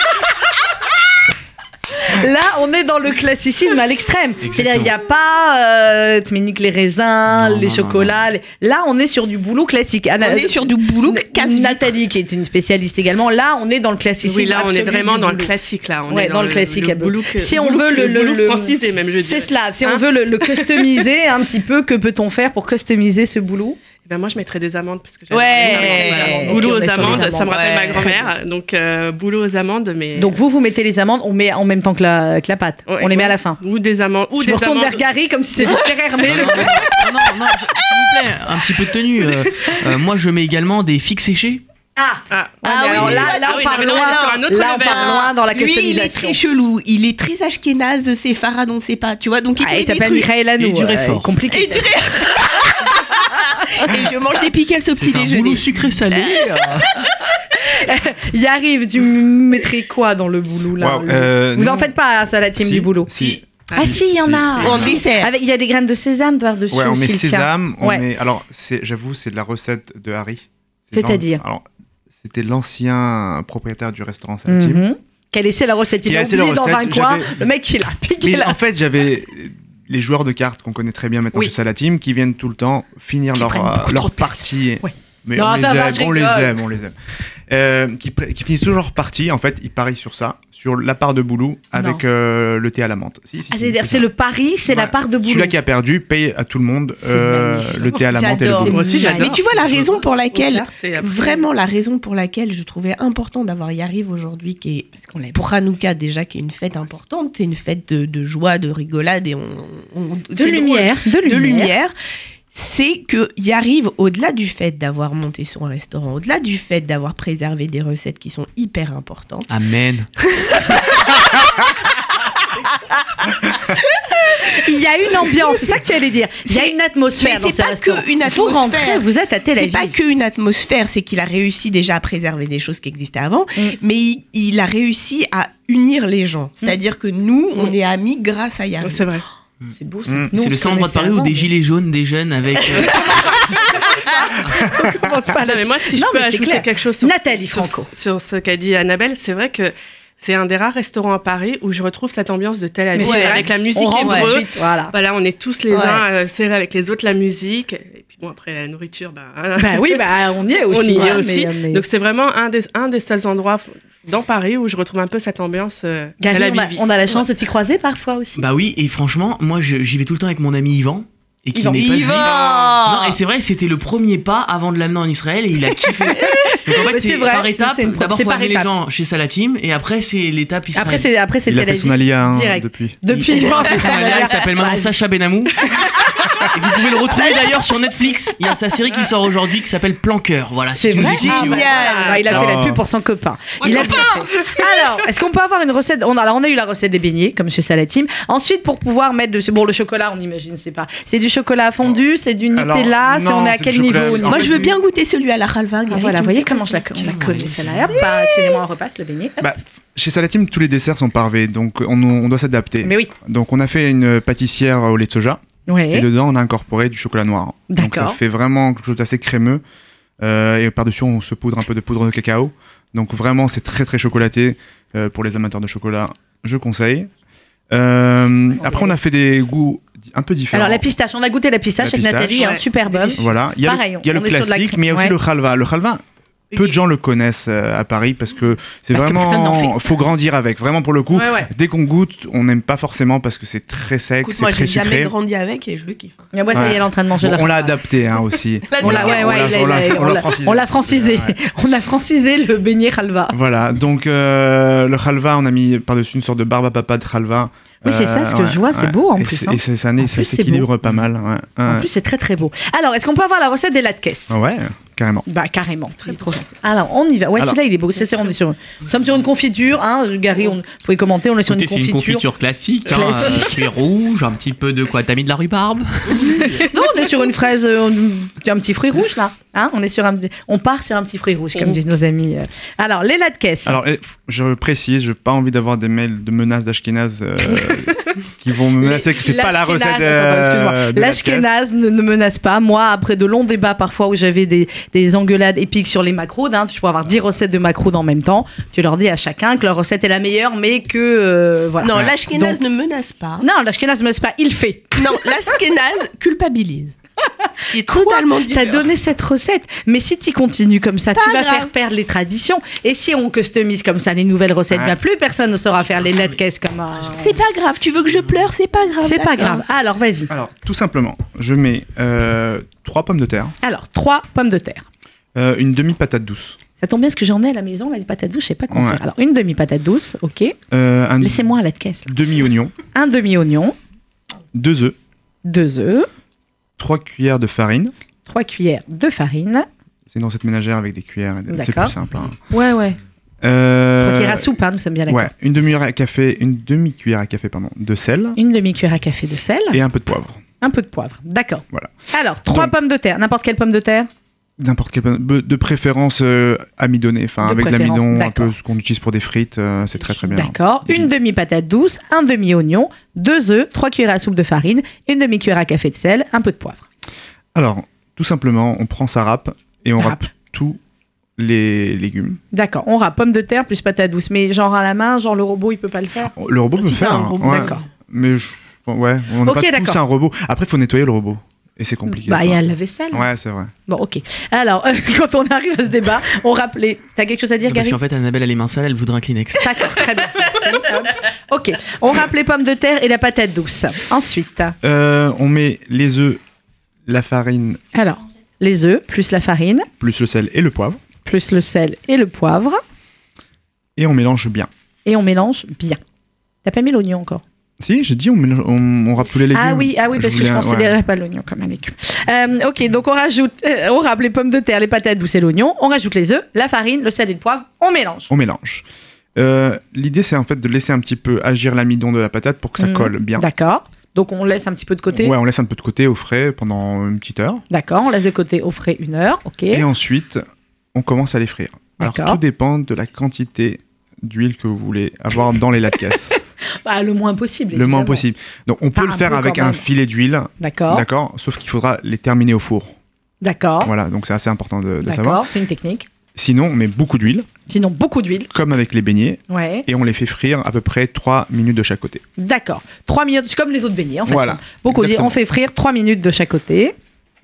Speaker 1: Là, on est dans le classicisme à l'extrême.
Speaker 5: Exactement.
Speaker 1: C'est-à-dire, il n'y a pas euh, Tminique les raisins,
Speaker 5: Non,
Speaker 1: les
Speaker 5: non,
Speaker 1: chocolats. les- Là, on est sur du boulot classique. Anna-
Speaker 2: On est sur du boulot
Speaker 1: Na-
Speaker 2: casse-vitre.
Speaker 1: Nathalie, qui est une spécialiste également. Là, on est dans le classicisme.
Speaker 4: Oui, là, on est
Speaker 1: absolu
Speaker 4: vraiment
Speaker 1: du
Speaker 4: dans le
Speaker 1: boulot.
Speaker 4: classique, là. On
Speaker 1: Ouais,
Speaker 4: est
Speaker 1: dans le classique, à
Speaker 4: Le
Speaker 1: peu-
Speaker 4: boulouk,
Speaker 1: Si on veut le- le-
Speaker 4: boulouk
Speaker 1: le-
Speaker 4: francisé, même, je
Speaker 1: C'est
Speaker 4: dirais.
Speaker 1: cela. Si on
Speaker 4: Hein
Speaker 1: veut le, le customiser un petit peu, que peut-on faire pour customiser ce boulot
Speaker 4: Eh ben, moi, je mettrais des amandes parce que j'aime
Speaker 2: Ouais.
Speaker 4: les amandes.
Speaker 2: Ok,
Speaker 4: Boulot
Speaker 1: on est
Speaker 4: aux
Speaker 1: bah, sur les
Speaker 4: amandes, ça
Speaker 1: amandes,
Speaker 4: me rappelle
Speaker 2: ouais.
Speaker 4: ma grand-mère. Donc, euh, boulot aux amandes, mais.
Speaker 1: Donc vous, vous mettez les amandes, on met en même temps que la, que la pâte.
Speaker 4: euh, Ouais,
Speaker 1: on les met
Speaker 4: ouais.
Speaker 1: à la fin.
Speaker 4: Ou des amandes. Ou
Speaker 1: Je
Speaker 4: des
Speaker 1: me retourne
Speaker 4: amandes.
Speaker 1: vers Gary comme si c'était Pierre Hermé.
Speaker 5: Non, non, non, non, non, je- s'il vous plaît, un petit peu de tenue. euh, euh, moi, je mets également des figues séchées.
Speaker 1: Ah
Speaker 4: Ah,
Speaker 1: Ah
Speaker 4: mais
Speaker 1: oui,
Speaker 4: alors
Speaker 1: là, là,
Speaker 4: ah
Speaker 1: on
Speaker 4: oui,
Speaker 1: part
Speaker 4: non, mais là,
Speaker 1: loin.
Speaker 4: est sur un autre
Speaker 1: Là, on
Speaker 4: level.
Speaker 1: part loin dans la
Speaker 2: Lui, il est
Speaker 1: customisation.
Speaker 2: très chelou. Il est très ashkénaze, c'est Farad, on ne sait pas. Tu vois, donc il
Speaker 1: Ah,
Speaker 2: fait
Speaker 1: il
Speaker 2: des
Speaker 1: s'appelle
Speaker 2: trucs.
Speaker 1: Michael Hanou.
Speaker 5: Et du réfort.
Speaker 1: euh, compliqué.
Speaker 2: Et, tu ré- Et je mange des pickles au petit
Speaker 5: C'est un boulot
Speaker 2: déjeuner.
Speaker 5: sucré salé. euh.
Speaker 1: Il arrive, tu m- mettrais quoi dans le boulot là
Speaker 3: Waouh,
Speaker 1: le-
Speaker 3: euh,
Speaker 1: Vous
Speaker 3: non.
Speaker 1: en faites pas ça la team
Speaker 3: Si,
Speaker 1: du boulot.
Speaker 3: Si.
Speaker 1: Ah si, il y en a.
Speaker 2: En
Speaker 1: Si.
Speaker 2: dessert.
Speaker 1: Avec- il y a des graines de sésame par-dessus
Speaker 3: Ouais, on met
Speaker 1: aussi. le tien.
Speaker 3: sésame, on
Speaker 1: Ouais.
Speaker 3: met. Alors, c'est- j'avoue, c'est de la recette de Harry.
Speaker 1: C'est-à-dire
Speaker 3: l'an- Alors, c'était l'ancien propriétaire du restaurant Saltine.
Speaker 1: Mhm. Quelle est c'est la recette Il
Speaker 3: Quelle
Speaker 1: l'a
Speaker 3: est c'est la
Speaker 1: oublié dans
Speaker 3: recette
Speaker 1: un coin.
Speaker 3: J'avais-
Speaker 1: Le mec, il a piqué
Speaker 3: Mais
Speaker 1: la
Speaker 3: en fait, j'avais les joueurs de cartes qu'on connaît très bien maintenant
Speaker 1: Oui.
Speaker 3: chez Salatim qui viennent tout le temps finir
Speaker 1: Qui
Speaker 3: leur,
Speaker 1: prennent beaucoup
Speaker 3: euh, leur
Speaker 1: trop de place.
Speaker 3: partie.
Speaker 1: Ouais.
Speaker 3: Mais
Speaker 1: Non,
Speaker 3: on,
Speaker 1: ça va,
Speaker 3: les
Speaker 1: je
Speaker 3: aime, on les
Speaker 1: rigole.
Speaker 3: aime, on les aime. Euh, qui, pre- qui finissent toujours leur partie, en fait, ils parient sur ça, sur la part de boulot avec euh, le thé à la menthe. Si, si,
Speaker 1: Ah,
Speaker 3: si,
Speaker 1: c'est-à-dire,
Speaker 3: ça.
Speaker 1: c'est le pari, c'est la
Speaker 3: Ouais.
Speaker 1: part de boulot.
Speaker 3: Celui-là qui a perdu paye à tout le monde
Speaker 1: C'est
Speaker 3: euh,
Speaker 1: magnifique.
Speaker 3: le thé à la menthe et le
Speaker 2: J'adore.
Speaker 3: boulot.
Speaker 4: Moi aussi, j'adore.
Speaker 2: Mais tu vois la raison pour
Speaker 4: Aux
Speaker 2: laquelle,
Speaker 4: cartes et après-
Speaker 2: vraiment la raison pour laquelle je trouvais important d'avoir Yariv aujourd'hui, qui est
Speaker 1: Parce qu'on l'aime.
Speaker 2: pour Hanouka déjà, qui est une fête importante, c'est une fête de, de joie, de rigolade et on, on-
Speaker 1: De
Speaker 2: c'est drôle
Speaker 1: lumière, de
Speaker 2: de
Speaker 1: lumière.
Speaker 2: lumière, c'est que y arrive au-delà du fait d'avoir monté son restaurant, au-delà du fait d'avoir préservé des recettes qui sont hyper importantes.
Speaker 5: Amen.
Speaker 1: Il y a une ambiance, c'est ça que tu allais dire. Il y a
Speaker 2: C'est-
Speaker 1: une atmosphère.
Speaker 2: mais
Speaker 1: dans
Speaker 2: c'est
Speaker 1: ce
Speaker 2: pas que
Speaker 1: restaurant.
Speaker 2: une
Speaker 1: Vous
Speaker 2: atmosphère.
Speaker 1: rentrez, vous êtes à Tel
Speaker 2: C'est
Speaker 1: Aviv.
Speaker 2: pas qu'une atmosphère, c'est qu'il a réussi déjà à préserver des choses qui existaient avant,
Speaker 1: Mm.
Speaker 2: mais il, il a réussi à unir les gens. C'est-à-dire que nous, on
Speaker 1: Mm.
Speaker 2: est amis grâce à
Speaker 4: Oh,
Speaker 2: Yari.
Speaker 4: C'est vrai.
Speaker 1: Ah,
Speaker 2: C'est beau ça.
Speaker 3: Mm.
Speaker 1: Nous, on
Speaker 5: C'est le
Speaker 1: se
Speaker 5: seul endroit de
Speaker 1: connaissait
Speaker 5: Paris où
Speaker 1: avant,
Speaker 5: des
Speaker 1: mais-
Speaker 5: gilets jaunes, des jeunes avec. euh,
Speaker 1: Je pense pas
Speaker 4: Non, mais
Speaker 1: là-dessus.
Speaker 4: moi, si je
Speaker 1: Non,
Speaker 4: peux
Speaker 1: mais c'est
Speaker 4: ajouter
Speaker 1: clair.
Speaker 4: quelque chose sur,
Speaker 1: Nathalie
Speaker 4: sur-
Speaker 1: Franco.
Speaker 4: sur ce qu'a dit Annabelle, c'est vrai que c'est un des rares restaurants à Paris où je retrouve cette ambiance de Tel
Speaker 1: Mais
Speaker 4: Aviv
Speaker 1: c'est vrai.
Speaker 4: avec la musique
Speaker 1: on rentre
Speaker 2: ouais.
Speaker 4: hébreu.
Speaker 1: ensuite, voilà.
Speaker 4: Voilà, Ah. Bah on est tous les
Speaker 2: Ouais.
Speaker 4: uns euh, serrés avec les autres, la musique. Et puis bon, après, la nourriture, ben, hein.
Speaker 1: Bah oui, bah on y est aussi.
Speaker 4: on y est
Speaker 1: ouais, mais- euh,
Speaker 4: aussi.
Speaker 1: mais-
Speaker 4: Donc c'est vraiment un des, un des seuls endroits f- dans Paris où je retrouve un peu cette ambiance euh,
Speaker 1: Gary,
Speaker 4: à la
Speaker 1: on, a,
Speaker 4: Vivi.
Speaker 1: bah, on a la chance de t'y croiser parfois aussi.
Speaker 5: Bah oui, et franchement, moi je- j'y vais tout le temps avec mon ami Yvan. Et qui
Speaker 1: Yvan.
Speaker 5: n'est pas juif.
Speaker 2: Yvan
Speaker 5: Non, et c'est vrai, c'était le premier pas avant de l'amener en Israël et il a kiffé. Donc en
Speaker 1: Mais
Speaker 5: fait,
Speaker 1: c'est
Speaker 5: c'est
Speaker 1: vrai,
Speaker 5: par
Speaker 1: c'est-
Speaker 5: étape.
Speaker 1: c'est une-
Speaker 5: D'abord,
Speaker 1: c'est
Speaker 5: faut
Speaker 1: par
Speaker 5: amener les
Speaker 1: étape.
Speaker 5: gens chez Salatim et après, c'est l'étape Israël.
Speaker 1: après, c'est après c'est
Speaker 3: Il a
Speaker 1: Tel
Speaker 3: fait son
Speaker 1: Aviv.
Speaker 3: alia. hein,
Speaker 1: direct.
Speaker 3: depuis.
Speaker 1: Depuis,
Speaker 5: il,
Speaker 1: Yvan
Speaker 5: il,
Speaker 1: fait son alia.
Speaker 5: il s'appelle maintenant Sacha Benamou. et vous pouvez le retrouver d'ailleurs sur Netflix. Il y a sa série qui sort aujourd'hui qui s'appelle Plan Cœur. Voilà,
Speaker 1: C'est
Speaker 5: si tu
Speaker 1: vrai.
Speaker 5: nous dis-
Speaker 1: Ah, bah, voilà. Bah, il a fait
Speaker 3: Ah.
Speaker 1: la pub pour son copain. Il a bien fait. Alors, est-ce qu'on peut avoir une recette on a, alors, on a eu la recette des beignets, comme chez Salatim. Ensuite, pour pouvoir mettre de. Bon, le chocolat, on imagine, c'est pas. C'est du chocolat fondu, c'est du
Speaker 3: Alors,
Speaker 1: Nutella, c'est-
Speaker 3: non,
Speaker 1: on est à
Speaker 3: c'est
Speaker 1: quel
Speaker 3: du chocolat-
Speaker 1: niveau au
Speaker 3: en
Speaker 1: niveau-
Speaker 2: Moi,
Speaker 3: fait,
Speaker 2: je veux
Speaker 3: tu-
Speaker 2: bien goûter celui à la halva.
Speaker 1: Ah,
Speaker 2: Gary,
Speaker 1: voilà, vous
Speaker 2: tu me
Speaker 1: voyez
Speaker 2: fais
Speaker 1: comment je la, on la
Speaker 5: Comment
Speaker 1: connaît,
Speaker 5: elle
Speaker 1: celle-là. Hop, bah, Excusez-moi, on repasse le beignet. Hop.
Speaker 3: Bah, Chez Salatim, tous les desserts sont parvés, donc on, on doit s'adapter.
Speaker 1: Mais oui.
Speaker 3: Donc on a fait une pâtissière au lait de soja. Et
Speaker 1: Ouais.
Speaker 3: dedans, on a incorporé du chocolat noir. Donc ça
Speaker 1: D'accord.
Speaker 3: fait vraiment quelque chose d'assez crémeux. Euh, et par-dessus, on se poudre un peu de poudre de cacao. Donc vraiment, c'est très très chocolaté. Euh, pour les amateurs de chocolat, je conseille. Euh, après, on a fait des goûts di- un peu différents.
Speaker 1: Alors la pistache, on a goûté la pistache
Speaker 3: La
Speaker 1: avec
Speaker 3: pistache.
Speaker 1: Nathalie, un
Speaker 4: Ouais.
Speaker 1: super bof.
Speaker 3: Voilà, il y a
Speaker 1: Pareil,
Speaker 3: le, il y a
Speaker 1: on
Speaker 3: le
Speaker 1: est sur de la
Speaker 3: classique,
Speaker 1: crème.
Speaker 3: mais il y a aussi
Speaker 1: Ouais.
Speaker 3: le halva. Le halva, peu de gens le connaissent euh, à Paris parce que c'est
Speaker 1: Parce que personne n'en
Speaker 3: vraiment. faut grandir avec, vraiment pour le coup.
Speaker 1: Ouais, ouais.
Speaker 3: Dès qu'on goûte, on n'aime pas forcément parce que c'est très sec,
Speaker 2: Écoute,
Speaker 3: c'est
Speaker 2: moi,
Speaker 3: très
Speaker 2: j'ai jamais
Speaker 3: sucré.
Speaker 2: grandi avec et je le
Speaker 4: Ah,
Speaker 2: kiffe.
Speaker 1: Mais ouais, ça y est,
Speaker 3: Ouais.
Speaker 1: elle est en train de manger
Speaker 3: Bon,
Speaker 1: la
Speaker 3: on l'a adapté hein, aussi.
Speaker 1: On l'a, ouais,
Speaker 3: on
Speaker 1: ouais,
Speaker 3: l'a-
Speaker 1: il a-
Speaker 3: on l'a-
Speaker 1: il a-
Speaker 3: on
Speaker 1: on
Speaker 3: l'a
Speaker 1: l'a-
Speaker 3: francisé.
Speaker 1: on l'a francisé.
Speaker 3: Ouais.
Speaker 1: On a francisé le beignet halva.
Speaker 3: Voilà, donc euh, le halva, on a mis par-dessus une sorte de barbe à papa de halva.
Speaker 1: Oui, c'est ça, ce que je vois, c'est beau, en
Speaker 3: Et
Speaker 1: plus,
Speaker 3: c'est-
Speaker 1: hein.
Speaker 3: Et c'est- ça, né-
Speaker 1: En
Speaker 3: ça
Speaker 1: plus, c'est
Speaker 3: s'équilibre pas mal. ouais.
Speaker 1: En
Speaker 3: Ouais. Ah
Speaker 1: plus, c'est très très beau. Alors, est-ce qu'on peut avoir la recette des latkes
Speaker 3: Ouais, carrément.
Speaker 1: bah carrément, Il est trop gentil. Alors on y va. Ouais,
Speaker 3: Alors-
Speaker 1: celui-là il est beau. C'est, c'est- on est sur, nous sommes sur une confiture. Hein, Gary, on vous pouvez commenter. On est sur
Speaker 5: Écoutez, c'est
Speaker 1: une
Speaker 5: une
Speaker 1: confiture.
Speaker 5: confiture classique, hein,
Speaker 1: Classique.
Speaker 5: euh, fruits rouges, un petit peu de quoi T'as mis de la rhubarbe
Speaker 1: Non, on est sur une fraise, euh, un petit fruit rouge là. Hein, on, est sur un, on part sur un petit fruit rouge, comme disent nos amis. euh. Alors, les de caisse.
Speaker 3: Alors, eh, f- je précise, j'ai pas envie d'avoir des mails de menaces d'Ashkenaz euh, qui vont me menacer que c'est pas la
Speaker 1: L'ashkénaze-
Speaker 3: recette.
Speaker 1: attends, excuse-moi.
Speaker 3: euh, de la caisse.
Speaker 1: L'ashkénaze ne, ne menace pas. Moi, après de longs débats parfois où j'avais des, des engueulades épiques sur les macros, hein, je peux avoir 10 recettes de macros en même temps, tu leur dis à chacun que leur recette est la meilleure, mais que. euh, voilà.
Speaker 2: Non, l'ashkénaze
Speaker 1: Donc-
Speaker 2: ne menace pas.
Speaker 1: Non, l'ashkénaze ne menace pas, il fait.
Speaker 2: Non, l'ashkénaze culpabilise. Ce qui est totalement
Speaker 1: T'as
Speaker 2: différent.
Speaker 1: donné cette recette, mais si tu continues comme ça, tu vas
Speaker 2: grave.
Speaker 1: faire perdre les traditions. Et si on customise comme ça les nouvelles recettes,
Speaker 3: Ouais.
Speaker 1: ben plus personne ne saura faire les lattes caisse comme un.
Speaker 2: C'est pas grave, tu veux que je pleure, c'est pas grave.
Speaker 1: C'est pas
Speaker 2: d'accord.
Speaker 1: grave. Alors vas-y.
Speaker 3: Alors, tout simplement, je mets euh, trois pommes de terre,
Speaker 1: Alors trois pommes de terre.
Speaker 3: euh, une demi-patate douce,
Speaker 1: Ça tombe bien, ce que j'en ai à la maison, là, des patates douces, je sais pas quoi en
Speaker 3: Ouais.
Speaker 1: faire. Alors, une demi-patate douce, ok.
Speaker 3: euh, un
Speaker 1: Laissez-moi à la caisse. là.
Speaker 3: demi-oignon,
Speaker 1: Un demi-oignon,
Speaker 3: deux œufs,
Speaker 1: deux œufs,
Speaker 3: trois cuillères de farine.
Speaker 1: trois cuillères de farine.
Speaker 3: C'est dans cette ménagère avec des cuillères, et des- c'est
Speaker 1: D'accord.
Speaker 3: plus simple. hein.
Speaker 1: Ouais, ouais. Trois
Speaker 3: Euh,
Speaker 1: cuillères à soupe, hein, nous sommes bien d'accord.
Speaker 3: Ouais, une demi-cuillère à café, une demi-cuillère à café, pardon, de sel
Speaker 1: Une demi-cuillère à café de sel,
Speaker 3: et un peu de poivre.
Speaker 1: un peu de poivre. D'accord.
Speaker 3: Voilà.
Speaker 1: Alors, trois
Speaker 3: Donc-
Speaker 1: pommes de terre, n'importe quelle pomme de terre.
Speaker 3: N'importe quelle pomme- de préférence euh, amidonnée, enfin
Speaker 1: De
Speaker 3: avec de
Speaker 1: préférence,
Speaker 3: l'amidon, un peu
Speaker 1: d'accord.
Speaker 3: ce qu'on utilise pour des frites, euh, c'est très très bien.
Speaker 1: D'accord. Une demi-patate douce, un demi-oignon, deux œufs, trois cuillères à soupe de farine, une demi-cuillère à café de sel, un peu de poivre.
Speaker 3: Alors, tout simplement, on prend sa râpe et on
Speaker 1: Râpe.
Speaker 3: râpe tous les légumes.
Speaker 1: D'accord. On aura pommes de terre plus patate douce. Mais genre à la main, genre le robot, il peut pas le faire.
Speaker 3: Le robot peut
Speaker 1: Ah, Si,
Speaker 3: le faire.
Speaker 1: un
Speaker 3: hein,
Speaker 1: robot,
Speaker 3: ouais.
Speaker 1: D'accord.
Speaker 3: Mais je- ouais, on n'a
Speaker 1: Ok,
Speaker 3: pas
Speaker 1: d'accord.
Speaker 3: tous un robot. Après, il faut nettoyer le robot. Et c'est compliqué.
Speaker 1: Bah, il y a
Speaker 3: quoi.
Speaker 1: la vaisselle.
Speaker 3: Ouais, c'est vrai.
Speaker 1: Bon, ok. Alors, euh, quand on arrive à ce débat, on rappelait. T'as quelque chose à dire,
Speaker 5: Parce
Speaker 1: Gary
Speaker 5: qu'en fait, Annabelle, elle est mince, elle, elle voudrait un Kleenex.
Speaker 1: D'accord, très bien. Merci, Tom. ok. On râpe les pommes de terre et la patate douce. Ensuite,
Speaker 3: Euh, on met les œufs, la farine,
Speaker 1: alors, les œufs, plus la farine,
Speaker 3: plus le sel et le poivre.
Speaker 1: plus le sel et le poivre.
Speaker 3: Et on mélange bien.
Speaker 1: Et on mélange bien. T'as pas mis l'oignon encore
Speaker 3: Si, j'ai dit, on, mélange- on, on râpe tous les légumes.
Speaker 1: Ah oui, ah oui, parce que je
Speaker 3: voulais un-
Speaker 1: considérais
Speaker 3: ouais.
Speaker 1: pas l'oignon comme un légume. Euh, ok, donc on rajoute, euh, on râpe les pommes de terre, les patates douces et l'oignon, on rajoute les œufs, la farine, le sel et le poivre, on mélange.
Speaker 3: On mélange. Euh, L'idée, c'est en fait de laisser un petit peu agir l'amidon de la patate pour que ça
Speaker 1: Mhm.
Speaker 3: colle bien.
Speaker 1: D'accord. Donc on laisse un petit peu de côté.
Speaker 3: Ouais, on laisse un peu de côté au frais pendant une petite heure.
Speaker 1: D'accord, on laisse de côté au frais une heure. Ok.
Speaker 3: Et ensuite, on commence à les frire. Alors,
Speaker 1: D'accord.
Speaker 3: tout dépend de la quantité d'huile que vous voulez avoir dans les latkes.
Speaker 1: Bah, le moins possible.
Speaker 3: le moins
Speaker 1: évidemment.
Speaker 3: possible. Donc, on peut
Speaker 1: Pas
Speaker 3: le
Speaker 1: un
Speaker 3: faire
Speaker 1: peu
Speaker 3: avec
Speaker 1: quand
Speaker 3: un
Speaker 1: même.
Speaker 3: filet d'huile,
Speaker 1: D'accord.
Speaker 3: d'accord Sauf qu'il faudra les terminer au four.
Speaker 1: D'accord.
Speaker 3: Voilà, donc c'est assez important de, de savoir.
Speaker 1: D'accord. C'est une technique.
Speaker 3: Sinon, on met beaucoup d'huile,
Speaker 1: Sinon beaucoup d'huile.
Speaker 3: comme avec les beignets,
Speaker 1: Ouais.
Speaker 3: et on les fait frire à peu près 3 minutes de chaque côté.
Speaker 1: D'accord. Trois minutes, comme les autres beignets en fait.
Speaker 3: Voilà.
Speaker 1: Beaucoup d'huile.
Speaker 3: exactement.
Speaker 1: On fait frire trois minutes de chaque côté.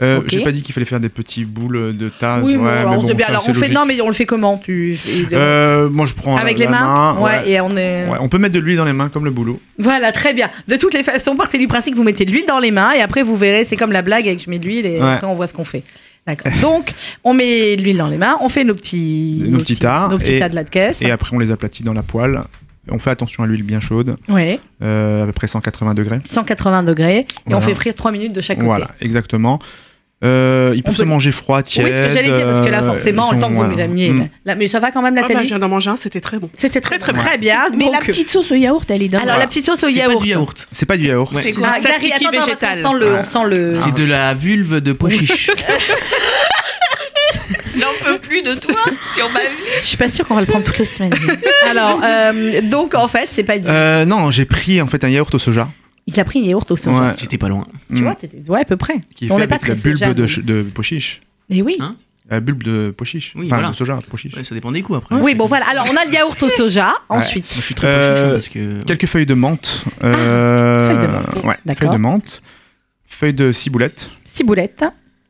Speaker 3: Euh,
Speaker 1: Ok.
Speaker 3: J'ai pas dit qu'il fallait faire des petits boules de tas.
Speaker 1: oui,
Speaker 3: Ah, ouais,
Speaker 1: bon, alors,
Speaker 3: mais
Speaker 1: on
Speaker 3: bon,
Speaker 1: sait bien.
Speaker 3: ça,
Speaker 1: Alors on
Speaker 3: c'est
Speaker 1: fait
Speaker 3: logique.
Speaker 1: non, mais on le fait comment Tu
Speaker 3: Euh, moi, je prends
Speaker 1: avec
Speaker 3: la-
Speaker 1: les
Speaker 3: la
Speaker 1: mains.
Speaker 3: main,
Speaker 1: ouais,
Speaker 3: ouais.
Speaker 1: Et euh, on est.
Speaker 3: Ouais, on peut mettre de l'huile dans les mains comme le boulot.
Speaker 1: Voilà, très bien. De toutes les façons, partez du principe que vous mettez de l'huile dans les mains et après vous verrez, c'est comme la blague avec je mets de l'huile et
Speaker 3: Ouais.
Speaker 1: après on voit ce qu'on fait. D'accord. Donc, on met de l'huile dans les mains, on fait nos petits,
Speaker 3: Nos petits tas
Speaker 1: nos petits
Speaker 3: et-
Speaker 1: tas de la caisse.
Speaker 3: Et après, on les aplatit dans la poêle. On fait attention à l'huile bien chaude,
Speaker 1: Ouais,
Speaker 3: euh, à peu près 180 degrés.
Speaker 1: 180 degrés et on
Speaker 3: Voilà.
Speaker 1: fait frire 3 minutes de chaque côté.
Speaker 3: Voilà, exactement. Euh, ils
Speaker 1: On
Speaker 3: peuvent
Speaker 1: peut-
Speaker 3: se manger froid, tiède.
Speaker 1: oui, ce que j'allais dire, parce que là,
Speaker 3: euh,
Speaker 1: forcément,
Speaker 3: ils
Speaker 1: le
Speaker 3: sont-
Speaker 1: temps que vous
Speaker 3: voilà.
Speaker 1: m'ameniez,
Speaker 3: Mm.
Speaker 1: là- là- mais ça va quand même,
Speaker 4: Ah bah,
Speaker 1: Nathalie
Speaker 4: je viens d'en manger un, c'était très bon.
Speaker 1: C'était très, très,
Speaker 4: Très, très
Speaker 1: bien.
Speaker 2: Mais la
Speaker 1: Donc, euh,
Speaker 2: petite sauce au yaourt, elle est dingue.
Speaker 1: Alors, la petite sauce au
Speaker 5: C'est
Speaker 1: yaourt.
Speaker 5: pas du yaourt.
Speaker 3: C'est pas du yaourt.
Speaker 5: Ouais.
Speaker 4: C'est
Speaker 1: Ah,
Speaker 4: quoi
Speaker 1: Gary, attends, attends, parce qu'on
Speaker 4: végétal.
Speaker 1: sent le- on sent le.
Speaker 5: C'est de la vulve de pois chiche.
Speaker 2: J'en peux plus de toi sur ma vie.
Speaker 1: Je suis pas sûre qu'on va le prendre toutes les semaines. Alors, euh, donc en fait, c'est pas du.
Speaker 3: Euh, non, j'ai pris en fait un yaourt au soja.
Speaker 1: Il a pris une yaourt au soja.
Speaker 3: Ouais.
Speaker 5: J'étais pas loin.
Speaker 1: Tu
Speaker 3: Mm.
Speaker 1: vois, t'étais- ouais, à peu près.
Speaker 3: qui est
Speaker 1: On
Speaker 3: fait
Speaker 1: n'est pas
Speaker 3: avec la
Speaker 1: très soja,
Speaker 3: bulbe de,
Speaker 1: nous.
Speaker 3: ch- de pois chiche.
Speaker 2: Eh
Speaker 1: Et oui.
Speaker 5: Hein
Speaker 3: La bulbe de pois chiche.
Speaker 5: Oui,
Speaker 3: enfin,
Speaker 5: voilà.
Speaker 3: de soja, pois chiche.
Speaker 5: Ah, Ouais, ça dépend des coups après.
Speaker 1: oui, bon voilà. Alors on a le yaourt au soja. Ensuite,
Speaker 5: Moi, je suis très pois chiche
Speaker 3: Euh,
Speaker 5: hein, parce que.
Speaker 3: Quelques feuilles de menthe. euh,
Speaker 1: Ah, feuilles de menthe.
Speaker 3: ouais,
Speaker 1: D'accord.
Speaker 3: feuilles de menthe. Feuilles de ciboulette.
Speaker 1: ciboulette.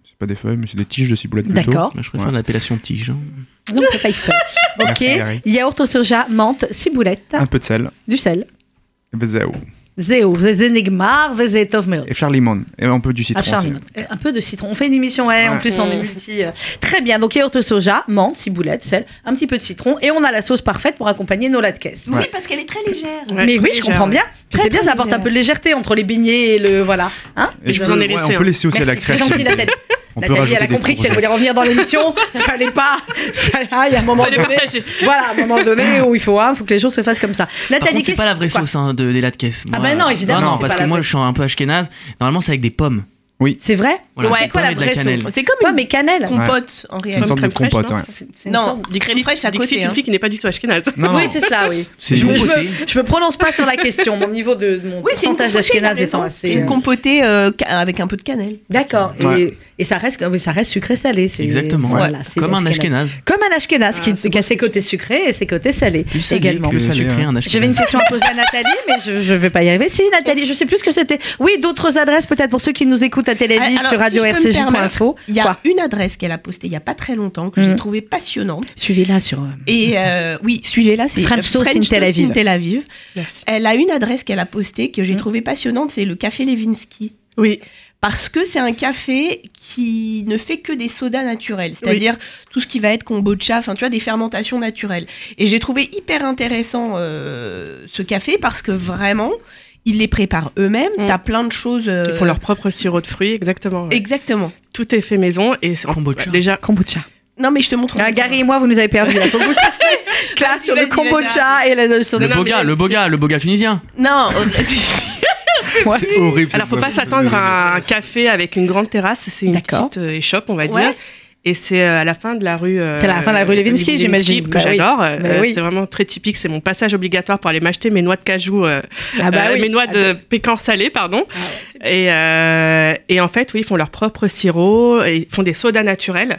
Speaker 3: C'est pas des feuilles, mais c'est des tiges de ciboulette plutôt.
Speaker 1: D'accord.
Speaker 5: Moi, je préfère
Speaker 3: Ouais.
Speaker 5: l'appellation tige. hein.
Speaker 1: Donc c'est pas il faut. Ok.
Speaker 3: Merci, Gary. Ah.
Speaker 1: yaourt au soja, menthe, ciboulette,
Speaker 3: Un peu de sel.
Speaker 1: du sel.
Speaker 3: Bezao.
Speaker 1: Zéo, zénigmar, zétov, mais.
Speaker 3: Et charlimon. Et un peu du citron.
Speaker 1: Ah, Charlie,
Speaker 3: aussi.
Speaker 1: euh, un peu de citron. On fait une émission, ouais, en
Speaker 3: Ouais.
Speaker 1: plus on est multi. euh. Très bien, donc yaourt au soja, menthe, ciboulette, sel, un petit peu de citron, et on a la sauce parfaite pour accompagner nos latkes.
Speaker 2: Oui,
Speaker 3: Ouais.
Speaker 2: parce qu'elle est très légère.
Speaker 4: Ouais,
Speaker 1: mais
Speaker 4: très
Speaker 1: oui, je
Speaker 4: légère,
Speaker 1: comprends
Speaker 4: ouais.
Speaker 1: bien. Puis
Speaker 2: Très,
Speaker 1: c'est bien,
Speaker 2: très
Speaker 1: ça apporte un
Speaker 2: légère.
Speaker 1: peu de légèreté entre les beignets et le. Voilà. Hein
Speaker 3: Et
Speaker 4: Je
Speaker 3: je
Speaker 4: vous en ai
Speaker 3: ouais,
Speaker 4: laissé
Speaker 3: On
Speaker 4: un.
Speaker 3: peut laisser aussi à la
Speaker 1: Merci, c'est gentil,
Speaker 3: créativité.
Speaker 1: Nathalie.
Speaker 3: On peut
Speaker 1: Nathalie,
Speaker 3: rajouter
Speaker 1: elle a
Speaker 3: des
Speaker 1: compris
Speaker 3: projets.
Speaker 1: qu'elle voulait revenir dans l'émission. fallait pas. Fallait, ah, il y a un moment
Speaker 4: Fallait
Speaker 1: donné.
Speaker 4: partager.
Speaker 1: Voilà, à un moment donné où il faut, hein, faut que les choses se fassent comme ça.
Speaker 5: Par
Speaker 1: Nathalie,
Speaker 5: contre, c'est
Speaker 1: qu'est-ce-
Speaker 5: pas la vraie
Speaker 1: quoi
Speaker 5: sauce hein, de, des latkes.
Speaker 1: Ah
Speaker 5: Moi,
Speaker 1: bah non,
Speaker 5: euh,
Speaker 1: évidemment,
Speaker 5: Non,
Speaker 1: c'est
Speaker 5: parce
Speaker 1: pas
Speaker 5: que
Speaker 1: la
Speaker 5: moi,
Speaker 1: vraie.
Speaker 5: je suis un peu ashkénaze. Normalement, c'est avec des pommes.
Speaker 3: Oui.
Speaker 1: C'est vrai
Speaker 5: Voilà,
Speaker 2: Ouais.
Speaker 5: c'est
Speaker 1: Quoi,
Speaker 5: pas
Speaker 1: la
Speaker 5: mettre de
Speaker 1: vraie
Speaker 5: la cannelle.
Speaker 1: sauce
Speaker 2: C'est comme
Speaker 1: Ouais,
Speaker 2: une
Speaker 1: mais cannelle.
Speaker 2: compote en
Speaker 3: C'est une
Speaker 2: réalité.
Speaker 3: sorte de
Speaker 4: crème fraîche,
Speaker 3: compote.
Speaker 4: non,
Speaker 3: ouais.
Speaker 1: C'est- c'est une
Speaker 2: Non,
Speaker 1: sorte-
Speaker 2: du crème fraîche à
Speaker 4: Dixit,
Speaker 2: côté.
Speaker 4: une
Speaker 2: hein.
Speaker 4: fille qui n'est pas du tout ashkénaze.
Speaker 3: Non, non,
Speaker 1: Oui, c'est ça, oui.
Speaker 3: c'est
Speaker 1: Je me, je,
Speaker 5: Compotée.
Speaker 1: me, je me prononce pas sur la question. Mon niveau de mon
Speaker 2: Oui, c'est une
Speaker 1: pourcentage
Speaker 2: compotée, t'as
Speaker 1: d'ashkenaz
Speaker 2: raison.
Speaker 1: étant
Speaker 2: C'est
Speaker 1: assez.
Speaker 2: une compotée euh, ca- avec un peu de cannelle.
Speaker 1: D'accord. Et-
Speaker 3: Ouais.
Speaker 1: Et, ça reste, oui, ça reste sucré-salé. c'est-
Speaker 5: Exactement.
Speaker 1: voilà, c'est
Speaker 5: Comme un
Speaker 1: ashkénaze.
Speaker 5: ashkénaze.
Speaker 1: Comme un ashkénaze
Speaker 4: Ah,
Speaker 1: qui,
Speaker 4: c'est
Speaker 1: qui a ses côtés sucrés et ses côtés salés
Speaker 5: Plus salé
Speaker 1: également.
Speaker 5: que ça le crée un
Speaker 1: J'avais une
Speaker 5: ashkénaze.
Speaker 1: question à poser à Nathalie, mais je ne vais pas y arriver. Si, Nathalie, je sais plus ce que c'était. Oui, d'autres adresses peut-être pour ceux qui nous écoutent à
Speaker 2: Ah,
Speaker 1: Télévis
Speaker 2: alors,
Speaker 1: sur
Speaker 2: si je peux me
Speaker 1: radio-rcj.info.
Speaker 2: Il y a
Speaker 1: Quoi
Speaker 2: une adresse qu'elle a postée il y a pas très longtemps que
Speaker 1: Mhm.
Speaker 2: j'ai trouvée passionnante.
Speaker 1: Suivez-la sur. euh,
Speaker 2: Et euh, oui, suivez-la, c'est
Speaker 1: French Toast in
Speaker 2: Toast
Speaker 1: Tel Aviv.
Speaker 2: Aviv.
Speaker 4: Merci.
Speaker 2: Elle a une adresse qu'elle a postée que j'ai
Speaker 1: Mhm.
Speaker 2: trouvée passionnante, c'est le café Levinsky.
Speaker 4: Oui,
Speaker 2: Parce que c'est un café qui ne fait que des sodas naturels, c'est-à-dire tout ce qui va être kombucha, enfin tu vois, des fermentations naturelles. Et j'ai trouvé hyper intéressant euh, ce café parce que vraiment, ils les préparent eux-mêmes,
Speaker 4: Mm.
Speaker 2: t'as plein de choses. euh,
Speaker 4: ils font leur propre sirop de fruits, exactement. ouais.
Speaker 2: Exactement.
Speaker 4: Tout est fait maison et c'est
Speaker 5: Kombucha.
Speaker 4: déjà
Speaker 1: Kombucha.
Speaker 2: Non mais je te montre.
Speaker 1: Ah, Gary et moi, vous nous avez perdu. Là, faut que vous sachiez. Classe sur le
Speaker 2: Vas-y, vas-y,
Speaker 1: kombucha et le, sur
Speaker 5: Le
Speaker 1: le-
Speaker 5: boga, le boga, le boga tunisien.
Speaker 2: Non, euh,
Speaker 1: Ouais.
Speaker 3: C'est horrible. cette
Speaker 4: Alors, faut
Speaker 3: boîte.
Speaker 4: pas s'attendre à un café avec une grande terrasse. C'est une
Speaker 1: D'accord.
Speaker 4: petite euh, échoppe, on va dire.
Speaker 2: Ouais.
Speaker 4: Et c'est euh, à la fin de la rue. euh,
Speaker 1: C'est la fin de la rue Levinsky, j'imagine.
Speaker 4: Que
Speaker 1: Bah oui.
Speaker 4: j'adore.
Speaker 1: Mais
Speaker 4: Euh,
Speaker 1: oui.
Speaker 4: C'est vraiment très typique. C'est mon passage obligatoire pour aller m'acheter mes noix de cajou, euh,
Speaker 1: Ah bah
Speaker 4: euh,
Speaker 1: oui.
Speaker 4: mes noix de pécan salé, pardon.
Speaker 1: Ah,
Speaker 4: et, euh, et en fait, oui, ils font leur propre sirop. et Ils font des sodas naturels.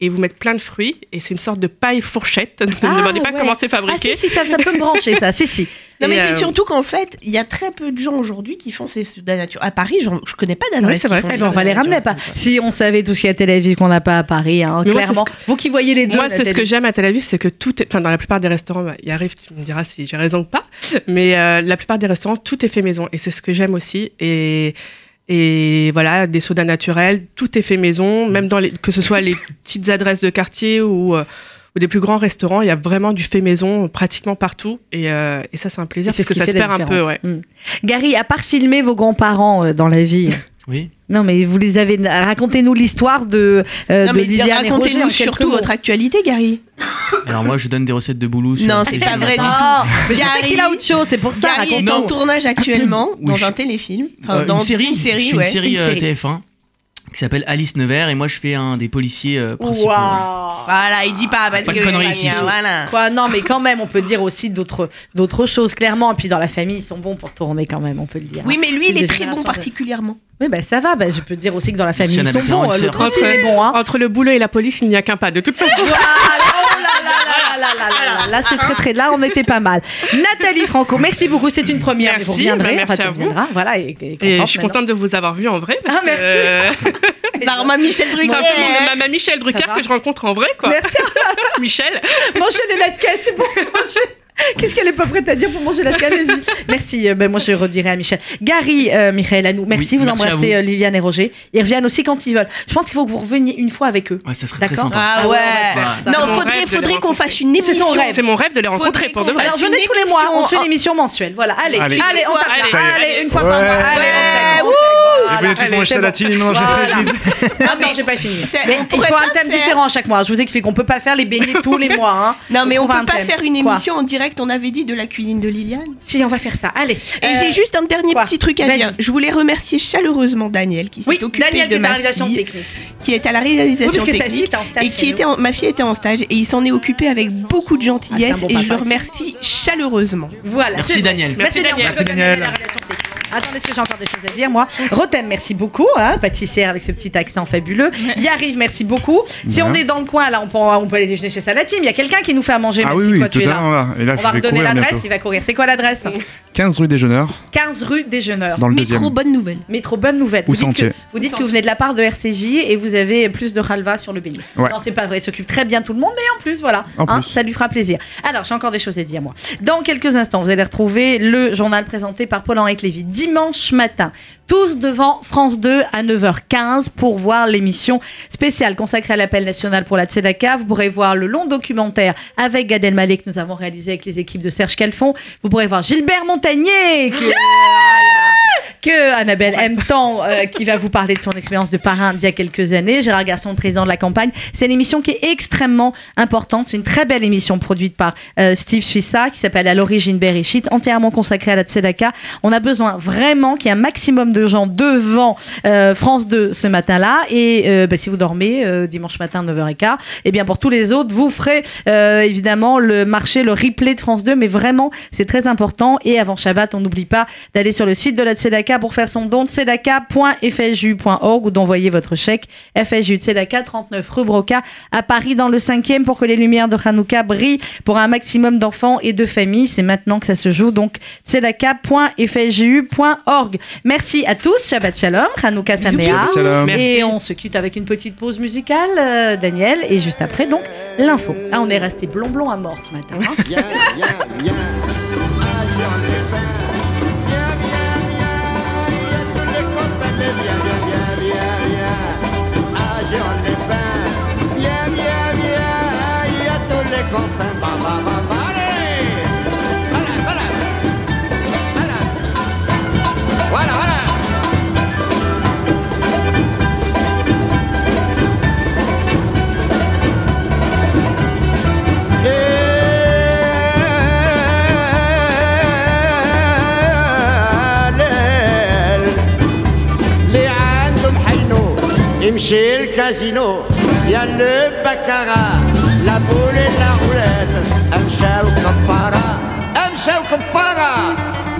Speaker 4: Et ils vous mettent plein de fruits. Et c'est une sorte de paille fourchette. ne
Speaker 1: Ah,
Speaker 4: me demandez pas
Speaker 1: ouais.
Speaker 4: comment c'est
Speaker 1: Ah
Speaker 4: fabriqué.
Speaker 1: si, si, ça, ça peut me brancher, ça. Si, si.
Speaker 2: Non, mais
Speaker 4: Et,
Speaker 2: c'est
Speaker 4: euh,
Speaker 2: surtout qu'en fait, il y a très peu de gens aujourd'hui qui font ces sodas naturels. À Paris, j'en- je connais pas d'adresse.
Speaker 4: Ouais, c'est
Speaker 2: qui
Speaker 4: vrai.
Speaker 2: font
Speaker 1: Eh
Speaker 2: des
Speaker 1: ben, on va
Speaker 2: sodas
Speaker 1: les ramener
Speaker 2: naturels.
Speaker 1: pas. Si on savait tout ce qu'il y a à Tel Aviv qu'on n'a pas à Paris, hein,
Speaker 4: Mais moi,
Speaker 1: clairement. Vous qui voyez les deux.
Speaker 4: Moi, c'est ce
Speaker 1: Nathalie.
Speaker 4: que j'aime à Tel Aviv, c'est que tout est. Enfin, dans la plupart des restaurants, bah, il arrive, tu me diras si j'ai raison ou pas, mais euh, la plupart des restaurants, tout est fait maison. Et c'est ce que j'aime aussi. Et. Et voilà, des sodas naturels, tout est fait maison, même dans les, que ce soit les petites adresses de quartier ou, euh, ou des plus grands restaurants, il y a vraiment du fait maison pratiquement partout. Et, euh, et ça, c'est un plaisir
Speaker 1: C'est
Speaker 4: parce
Speaker 1: ce qui
Speaker 4: que ça
Speaker 1: fait
Speaker 4: se
Speaker 1: la
Speaker 4: perd un peu.
Speaker 1: différence.
Speaker 4: Ouais.
Speaker 1: Mm. Gary, à part filmer vos grands-parents euh, dans la vie,
Speaker 5: Oui.
Speaker 1: non mais vous les avez. Racontez-nous l'histoire de, euh,
Speaker 2: Non,
Speaker 1: de
Speaker 2: mais
Speaker 1: Liliane et Roger en
Speaker 2: racontez-nous
Speaker 1: quelques
Speaker 2: surtout
Speaker 1: mots.
Speaker 2: votre actualité, Gary.
Speaker 5: Alors moi, je donne des recettes de boulous. sur
Speaker 2: Non,
Speaker 5: ces
Speaker 2: c'est pas
Speaker 5: jeux
Speaker 2: vrai
Speaker 5: matins.
Speaker 2: du
Speaker 1: Ah, mais je sais
Speaker 2: Gary-
Speaker 1: qu'il a autre chose, c'est pour ça.
Speaker 2: Gary est
Speaker 5: raconte-nous.
Speaker 2: en
Speaker 5: Non.
Speaker 2: tournage actuellement
Speaker 5: Oui,
Speaker 2: dans
Speaker 5: je-
Speaker 2: un téléfilm. Enfin,
Speaker 5: Euh,
Speaker 2: dans
Speaker 5: une série,
Speaker 2: Une
Speaker 5: je
Speaker 2: série,
Speaker 5: suis
Speaker 2: ouais.
Speaker 5: une série,
Speaker 1: une
Speaker 5: euh,
Speaker 1: série.
Speaker 5: TF1 qui s'appelle Alice Nevers et moi je fais un des policiers euh, principaux. ouais.
Speaker 1: Waouh.
Speaker 2: Voilà, il dit pas parce
Speaker 5: Pas de
Speaker 2: que.
Speaker 5: conneries ici.
Speaker 2: Voilà.
Speaker 1: Quoi, non, mais quand même, on peut dire aussi d'autres d'autres choses, clairement. Et puis dans la famille, ils sont bons pour tourner quand même, on peut le dire.
Speaker 2: Oui, mais lui,
Speaker 1: C'est
Speaker 2: il
Speaker 1: des
Speaker 2: est très bon
Speaker 1: générations de-
Speaker 2: particulièrement.
Speaker 1: Oui, bah, ça va, bah, je peux te dire aussi que dans la famille,
Speaker 5: Merci,
Speaker 1: ils
Speaker 5: Anna
Speaker 1: sont
Speaker 5: Mitterrand,
Speaker 1: bons.
Speaker 5: une
Speaker 1: L'autre
Speaker 5: sœur.
Speaker 1: aussi, il est bon. Hein.
Speaker 4: Entre le boulot et la police, il n'y a qu'un pas. De toute façon,
Speaker 1: Voilà, oh là là là là là là là là, là, c'est très très là, on était pas mal. Nathalie Franco, merci beaucoup, c'est une première. mais vous
Speaker 4: Merci, bah,
Speaker 1: reviendrez,
Speaker 4: merci
Speaker 1: enfin, tu
Speaker 4: à vous.
Speaker 1: reviendras, voilà. Et, et
Speaker 4: et je
Speaker 1: contente
Speaker 4: suis
Speaker 1: maintenant.
Speaker 4: contente de vous avoir vu en vrai. parce
Speaker 1: Ah,
Speaker 4: que,
Speaker 1: merci.
Speaker 4: euh,
Speaker 2: Barma Michel Drucker. hein.
Speaker 4: c'est un peu mon- ma, ma Michel Drucker
Speaker 1: va
Speaker 4: que je rencontre en vrai, quoi.
Speaker 1: Merci,
Speaker 4: Michel.
Speaker 1: manger les latkes, c'est pour manger. Qu'est-ce qu'elle est pas prête à dire pour manger la allez Merci, euh, ben moi je redirai à Michel. Gary, euh, Michael, à nous, merci,
Speaker 5: Oui,
Speaker 1: vous
Speaker 5: merci à
Speaker 1: embrassez
Speaker 5: vous.
Speaker 1: euh, Liliane et Roger. Ils reviennent aussi quand ils veulent. Je pense qu'il faut que vous reveniez une fois avec eux.
Speaker 5: Ouais, ça serait très
Speaker 1: D'accord.
Speaker 5: sympa.
Speaker 2: Ah
Speaker 5: faire
Speaker 2: ouais.
Speaker 5: ça.
Speaker 4: C'est
Speaker 2: Non,
Speaker 4: mon rêve
Speaker 2: faudrait,
Speaker 4: de les
Speaker 2: faudrait qu'on
Speaker 4: rencontrer.
Speaker 2: fasse une
Speaker 1: C'est son
Speaker 2: émission.
Speaker 1: rêve.
Speaker 4: C'est mon rêve de les
Speaker 2: Faudrait
Speaker 4: rencontrer pour de
Speaker 2: qu'on
Speaker 4: vrai.
Speaker 1: Alors
Speaker 2: une
Speaker 1: venez tous les mois, on se fait une
Speaker 2: en-
Speaker 1: émission mensuelle. Voilà, allez, allez,
Speaker 3: Allez.
Speaker 1: on tape là.
Speaker 4: Allez,
Speaker 1: Allez,
Speaker 4: allez.
Speaker 1: une fois par
Speaker 3: Ouais.
Speaker 1: mois. Allez, on check, on check, voilà.
Speaker 3: Et venez tous
Speaker 1: Allez,
Speaker 3: manger
Speaker 1: c'est
Speaker 3: salatine et
Speaker 1: bon.
Speaker 3: manger
Speaker 1: Voilà.
Speaker 3: frites.
Speaker 1: Non, non, j'ai pas fini.
Speaker 2: C'est-
Speaker 1: Mais
Speaker 2: on
Speaker 1: il
Speaker 2: pourrait
Speaker 1: faut un
Speaker 2: pas
Speaker 1: thème
Speaker 2: faire-
Speaker 1: différent à chaque mois. Je vous explique, on peut pas faire les beignets tous les mois. hein.
Speaker 2: Non,
Speaker 1: Faut
Speaker 2: mais on
Speaker 1: trouver
Speaker 2: peut
Speaker 1: un
Speaker 2: pas
Speaker 1: thème.
Speaker 2: faire une
Speaker 1: Quoi
Speaker 2: émission en direct. On avait dit de la cuisine de Liliane.
Speaker 1: Si, on va faire ça. Allez.
Speaker 2: Et
Speaker 1: Euh,
Speaker 2: j'ai juste un dernier
Speaker 1: quoi
Speaker 2: petit truc à
Speaker 1: Vas-y.
Speaker 2: dire. Je voulais remercier chaleureusement Daniel qui s'est
Speaker 1: Oui,
Speaker 2: occupé
Speaker 1: Daniel qui
Speaker 2: de
Speaker 1: est à la
Speaker 2: ma
Speaker 1: réalisation
Speaker 2: fille,
Speaker 1: technique.
Speaker 2: qui est à la
Speaker 1: Oui,
Speaker 2: réalisation
Speaker 1: parce que sa
Speaker 2: technique.
Speaker 1: fille était en stage.
Speaker 2: et
Speaker 1: chez
Speaker 2: qui
Speaker 1: nous.
Speaker 2: était en- ma fille était en stage et il s'en est occupé avec beaucoup de
Speaker 1: Ah,
Speaker 2: gentillesse
Speaker 1: c'est un bon
Speaker 2: et je
Speaker 1: papa.
Speaker 2: le remercie chaleureusement.
Speaker 1: Voilà.
Speaker 5: Merci,
Speaker 1: Ah, c'est bon.
Speaker 5: Daniel.
Speaker 1: Merci,
Speaker 4: Merci,
Speaker 1: Daniel.
Speaker 4: Daniel.
Speaker 1: On peut
Speaker 3: Merci,
Speaker 1: donner la
Speaker 3: Daniel.
Speaker 1: relation technique. Attendez, parce que j'ai encore des choses à dire, moi. Rotem, merci beaucoup, hein, pâtissière avec ce petit accent fabuleux. Yariv, merci beaucoup. Si
Speaker 3: Ouais.
Speaker 1: on est dans le coin, là, on peut, on peut aller déjeuner chez Salatim. Il y a quelqu'un qui nous fait à manger,
Speaker 3: Ah
Speaker 1: même
Speaker 3: oui,
Speaker 1: si
Speaker 3: oui,
Speaker 1: toi,
Speaker 3: tout
Speaker 1: tu es là.
Speaker 3: à l'heure. là. Et là,
Speaker 1: On
Speaker 3: je
Speaker 1: va
Speaker 3: vais
Speaker 1: redonner
Speaker 3: courir
Speaker 1: l'adresse,
Speaker 3: bientôt.
Speaker 1: il va courir. C'est quoi l'adresse
Speaker 3: 15 rue des Jeuneurs,
Speaker 1: 15 rue Déjeuneur.
Speaker 3: dans le
Speaker 2: Mais
Speaker 3: deuxième.
Speaker 2: trop bonne nouvelle.
Speaker 1: Métro Bonne Nouvelle.
Speaker 3: Ou
Speaker 1: vous dites, que,
Speaker 3: Sentier.
Speaker 1: vous dites que vous venez de la part de RCJ et vous avez plus de halva sur le beignet.
Speaker 3: Ouais.
Speaker 1: Non, c'est pas vrai. Il s'occupe très bien tout le monde, mais en plus, voilà.
Speaker 3: En
Speaker 1: Hein,
Speaker 3: plus.
Speaker 1: ça lui fera plaisir. Alors, j'ai encore des choses à dire, moi. Dans quelques instants, vous allez retrouver le journal présenté par Paul-Henri Lévy. Dimanche matin, tous devant France 2 à 9h15 pour voir l'émission spéciale consacrée à l'appel national pour la Tzedaka. Vous pourrez voir le long documentaire avec Gad Elmaleh que nous avons réalisé avec les équipes de Serge Calfon. Vous pourrez voir Gilbert Montagnier que- que Annabelle aime tant, euh, qui va vous parler de son expérience de parrain d'il y a quelques années. Gérard Garçon, le président de la campagne. C'est une émission qui est extrêmement importante. C'est une très belle émission produite par euh, Steve Suissa, qui s'appelle À l'origine Bereshit, entièrement consacrée à la Tzedaka. On a besoin vraiment qu'il y ait un maximum de gens devant euh, France 2 ce matin-là. Et euh, bah, si vous dormez euh, dimanche matin 9h15, et eh bien pour tous les autres, vous ferez euh, évidemment le marché, le replay de France 2. Mais vraiment, c'est très important. Et avant Shabbat, on n'oublie pas d'aller sur le site de la Tzedaka pour faire son don tzedaka.fsju.org ou d'envoyer votre chèque FSJU Tzedaka 39 rue Broca à Paris dans le 5e pour que les lumières de Hanouka brillent pour un maximum d'enfants et de familles. C'est maintenant que ça se joue. Donc tzedaka.fsju.org. Merci à tous. Shabbat Shalom. Hanouka Samea.
Speaker 3: Shabbat shalom.
Speaker 1: Et on se quitte avec une petite pause musicale, euh, Daniel. Et juste après, donc, l'info. Ah, on est resté blond blond à mort ce matin. hein.
Speaker 6: Viens, viens, viens. Ah, j'en ai faim. Viens, viens, viens. Il y a tous les copains. Viens, viens, viens, viens, viens. Ah, j'en ai faim. Viens, viens, viens. Ah, il y a tous les copains. Bah, bah, bah, bah, allez. Voilà, voilà. Voilà. Voilà, voilà. الليل اللي عندهم حينو يمشي الكازينو يا البكارة لا بولي لا رولات امشاو كبارة امشاو كبارة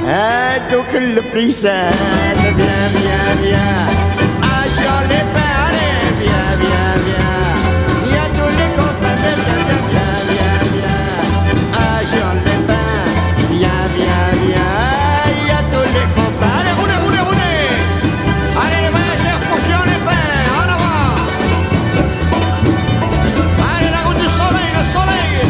Speaker 6: هادوك البريسان بيا بيا بيا عاشر لي باري بيا بيا بيا يا دول لي كوبا بيا بيا بيا بيا بيا عاشر لي باري بيا بيا بيا يا دول لي كوبا علي غني غني غني علي ما يشيخ فوشيوني باري على بعض علي لا غني الصليل الصليل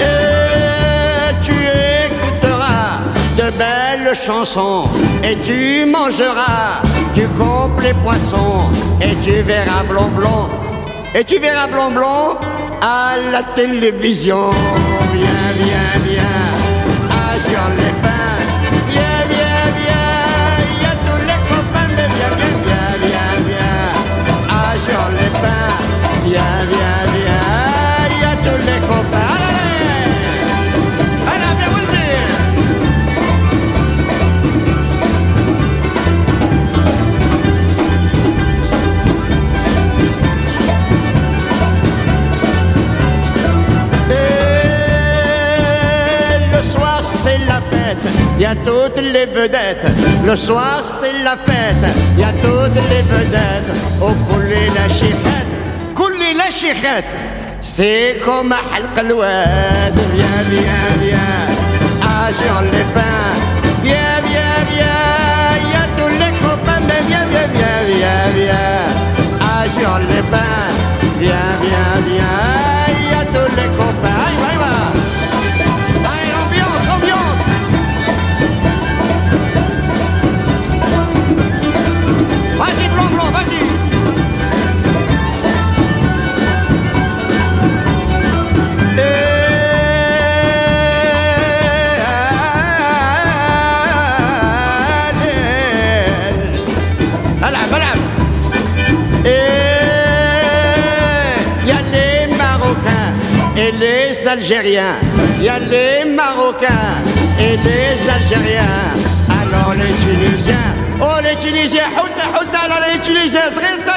Speaker 6: Et tu écouteras de belles chansons et tu mangeras du complet poisson et tu verras blond blond et tu verras blond blond à la télévision. Viens, viens, viens, à sur les pins. Viens, viens, viens, il y a tous les copains, mais viens, viens, viens, viens, viens, à sur les pins. Viens, viens, viens, il y a tous les copains. Allez, allez. Ana Beyoncé. Et le soir c'est la fête, il y a toutes les vedettes. Le soir c'est la fête, il y a toutes les vedettes. Oh couler la chirette, couler la chirette. C'est comme à Halqalouad, viens, viens, viens, Ah, agir les bains. Viens, viens, viens, il y a tous les copains, mais viens, viens, viens, viens, viens, agir les bains. Viens, viens, viens, il y a tous les copains. Aïe, aïe, aïe. Allez, l'ambiance, ambiance Vas-y, blanc, blanc, vas-y Eh, العب العب Il Eh, y a les Marocains et les Algériens. Il y a les Marocains et les Algériens. Alors les Tunisiens. Oh les Tunisiens, حوتة حوتة على les Tunisiens, صغير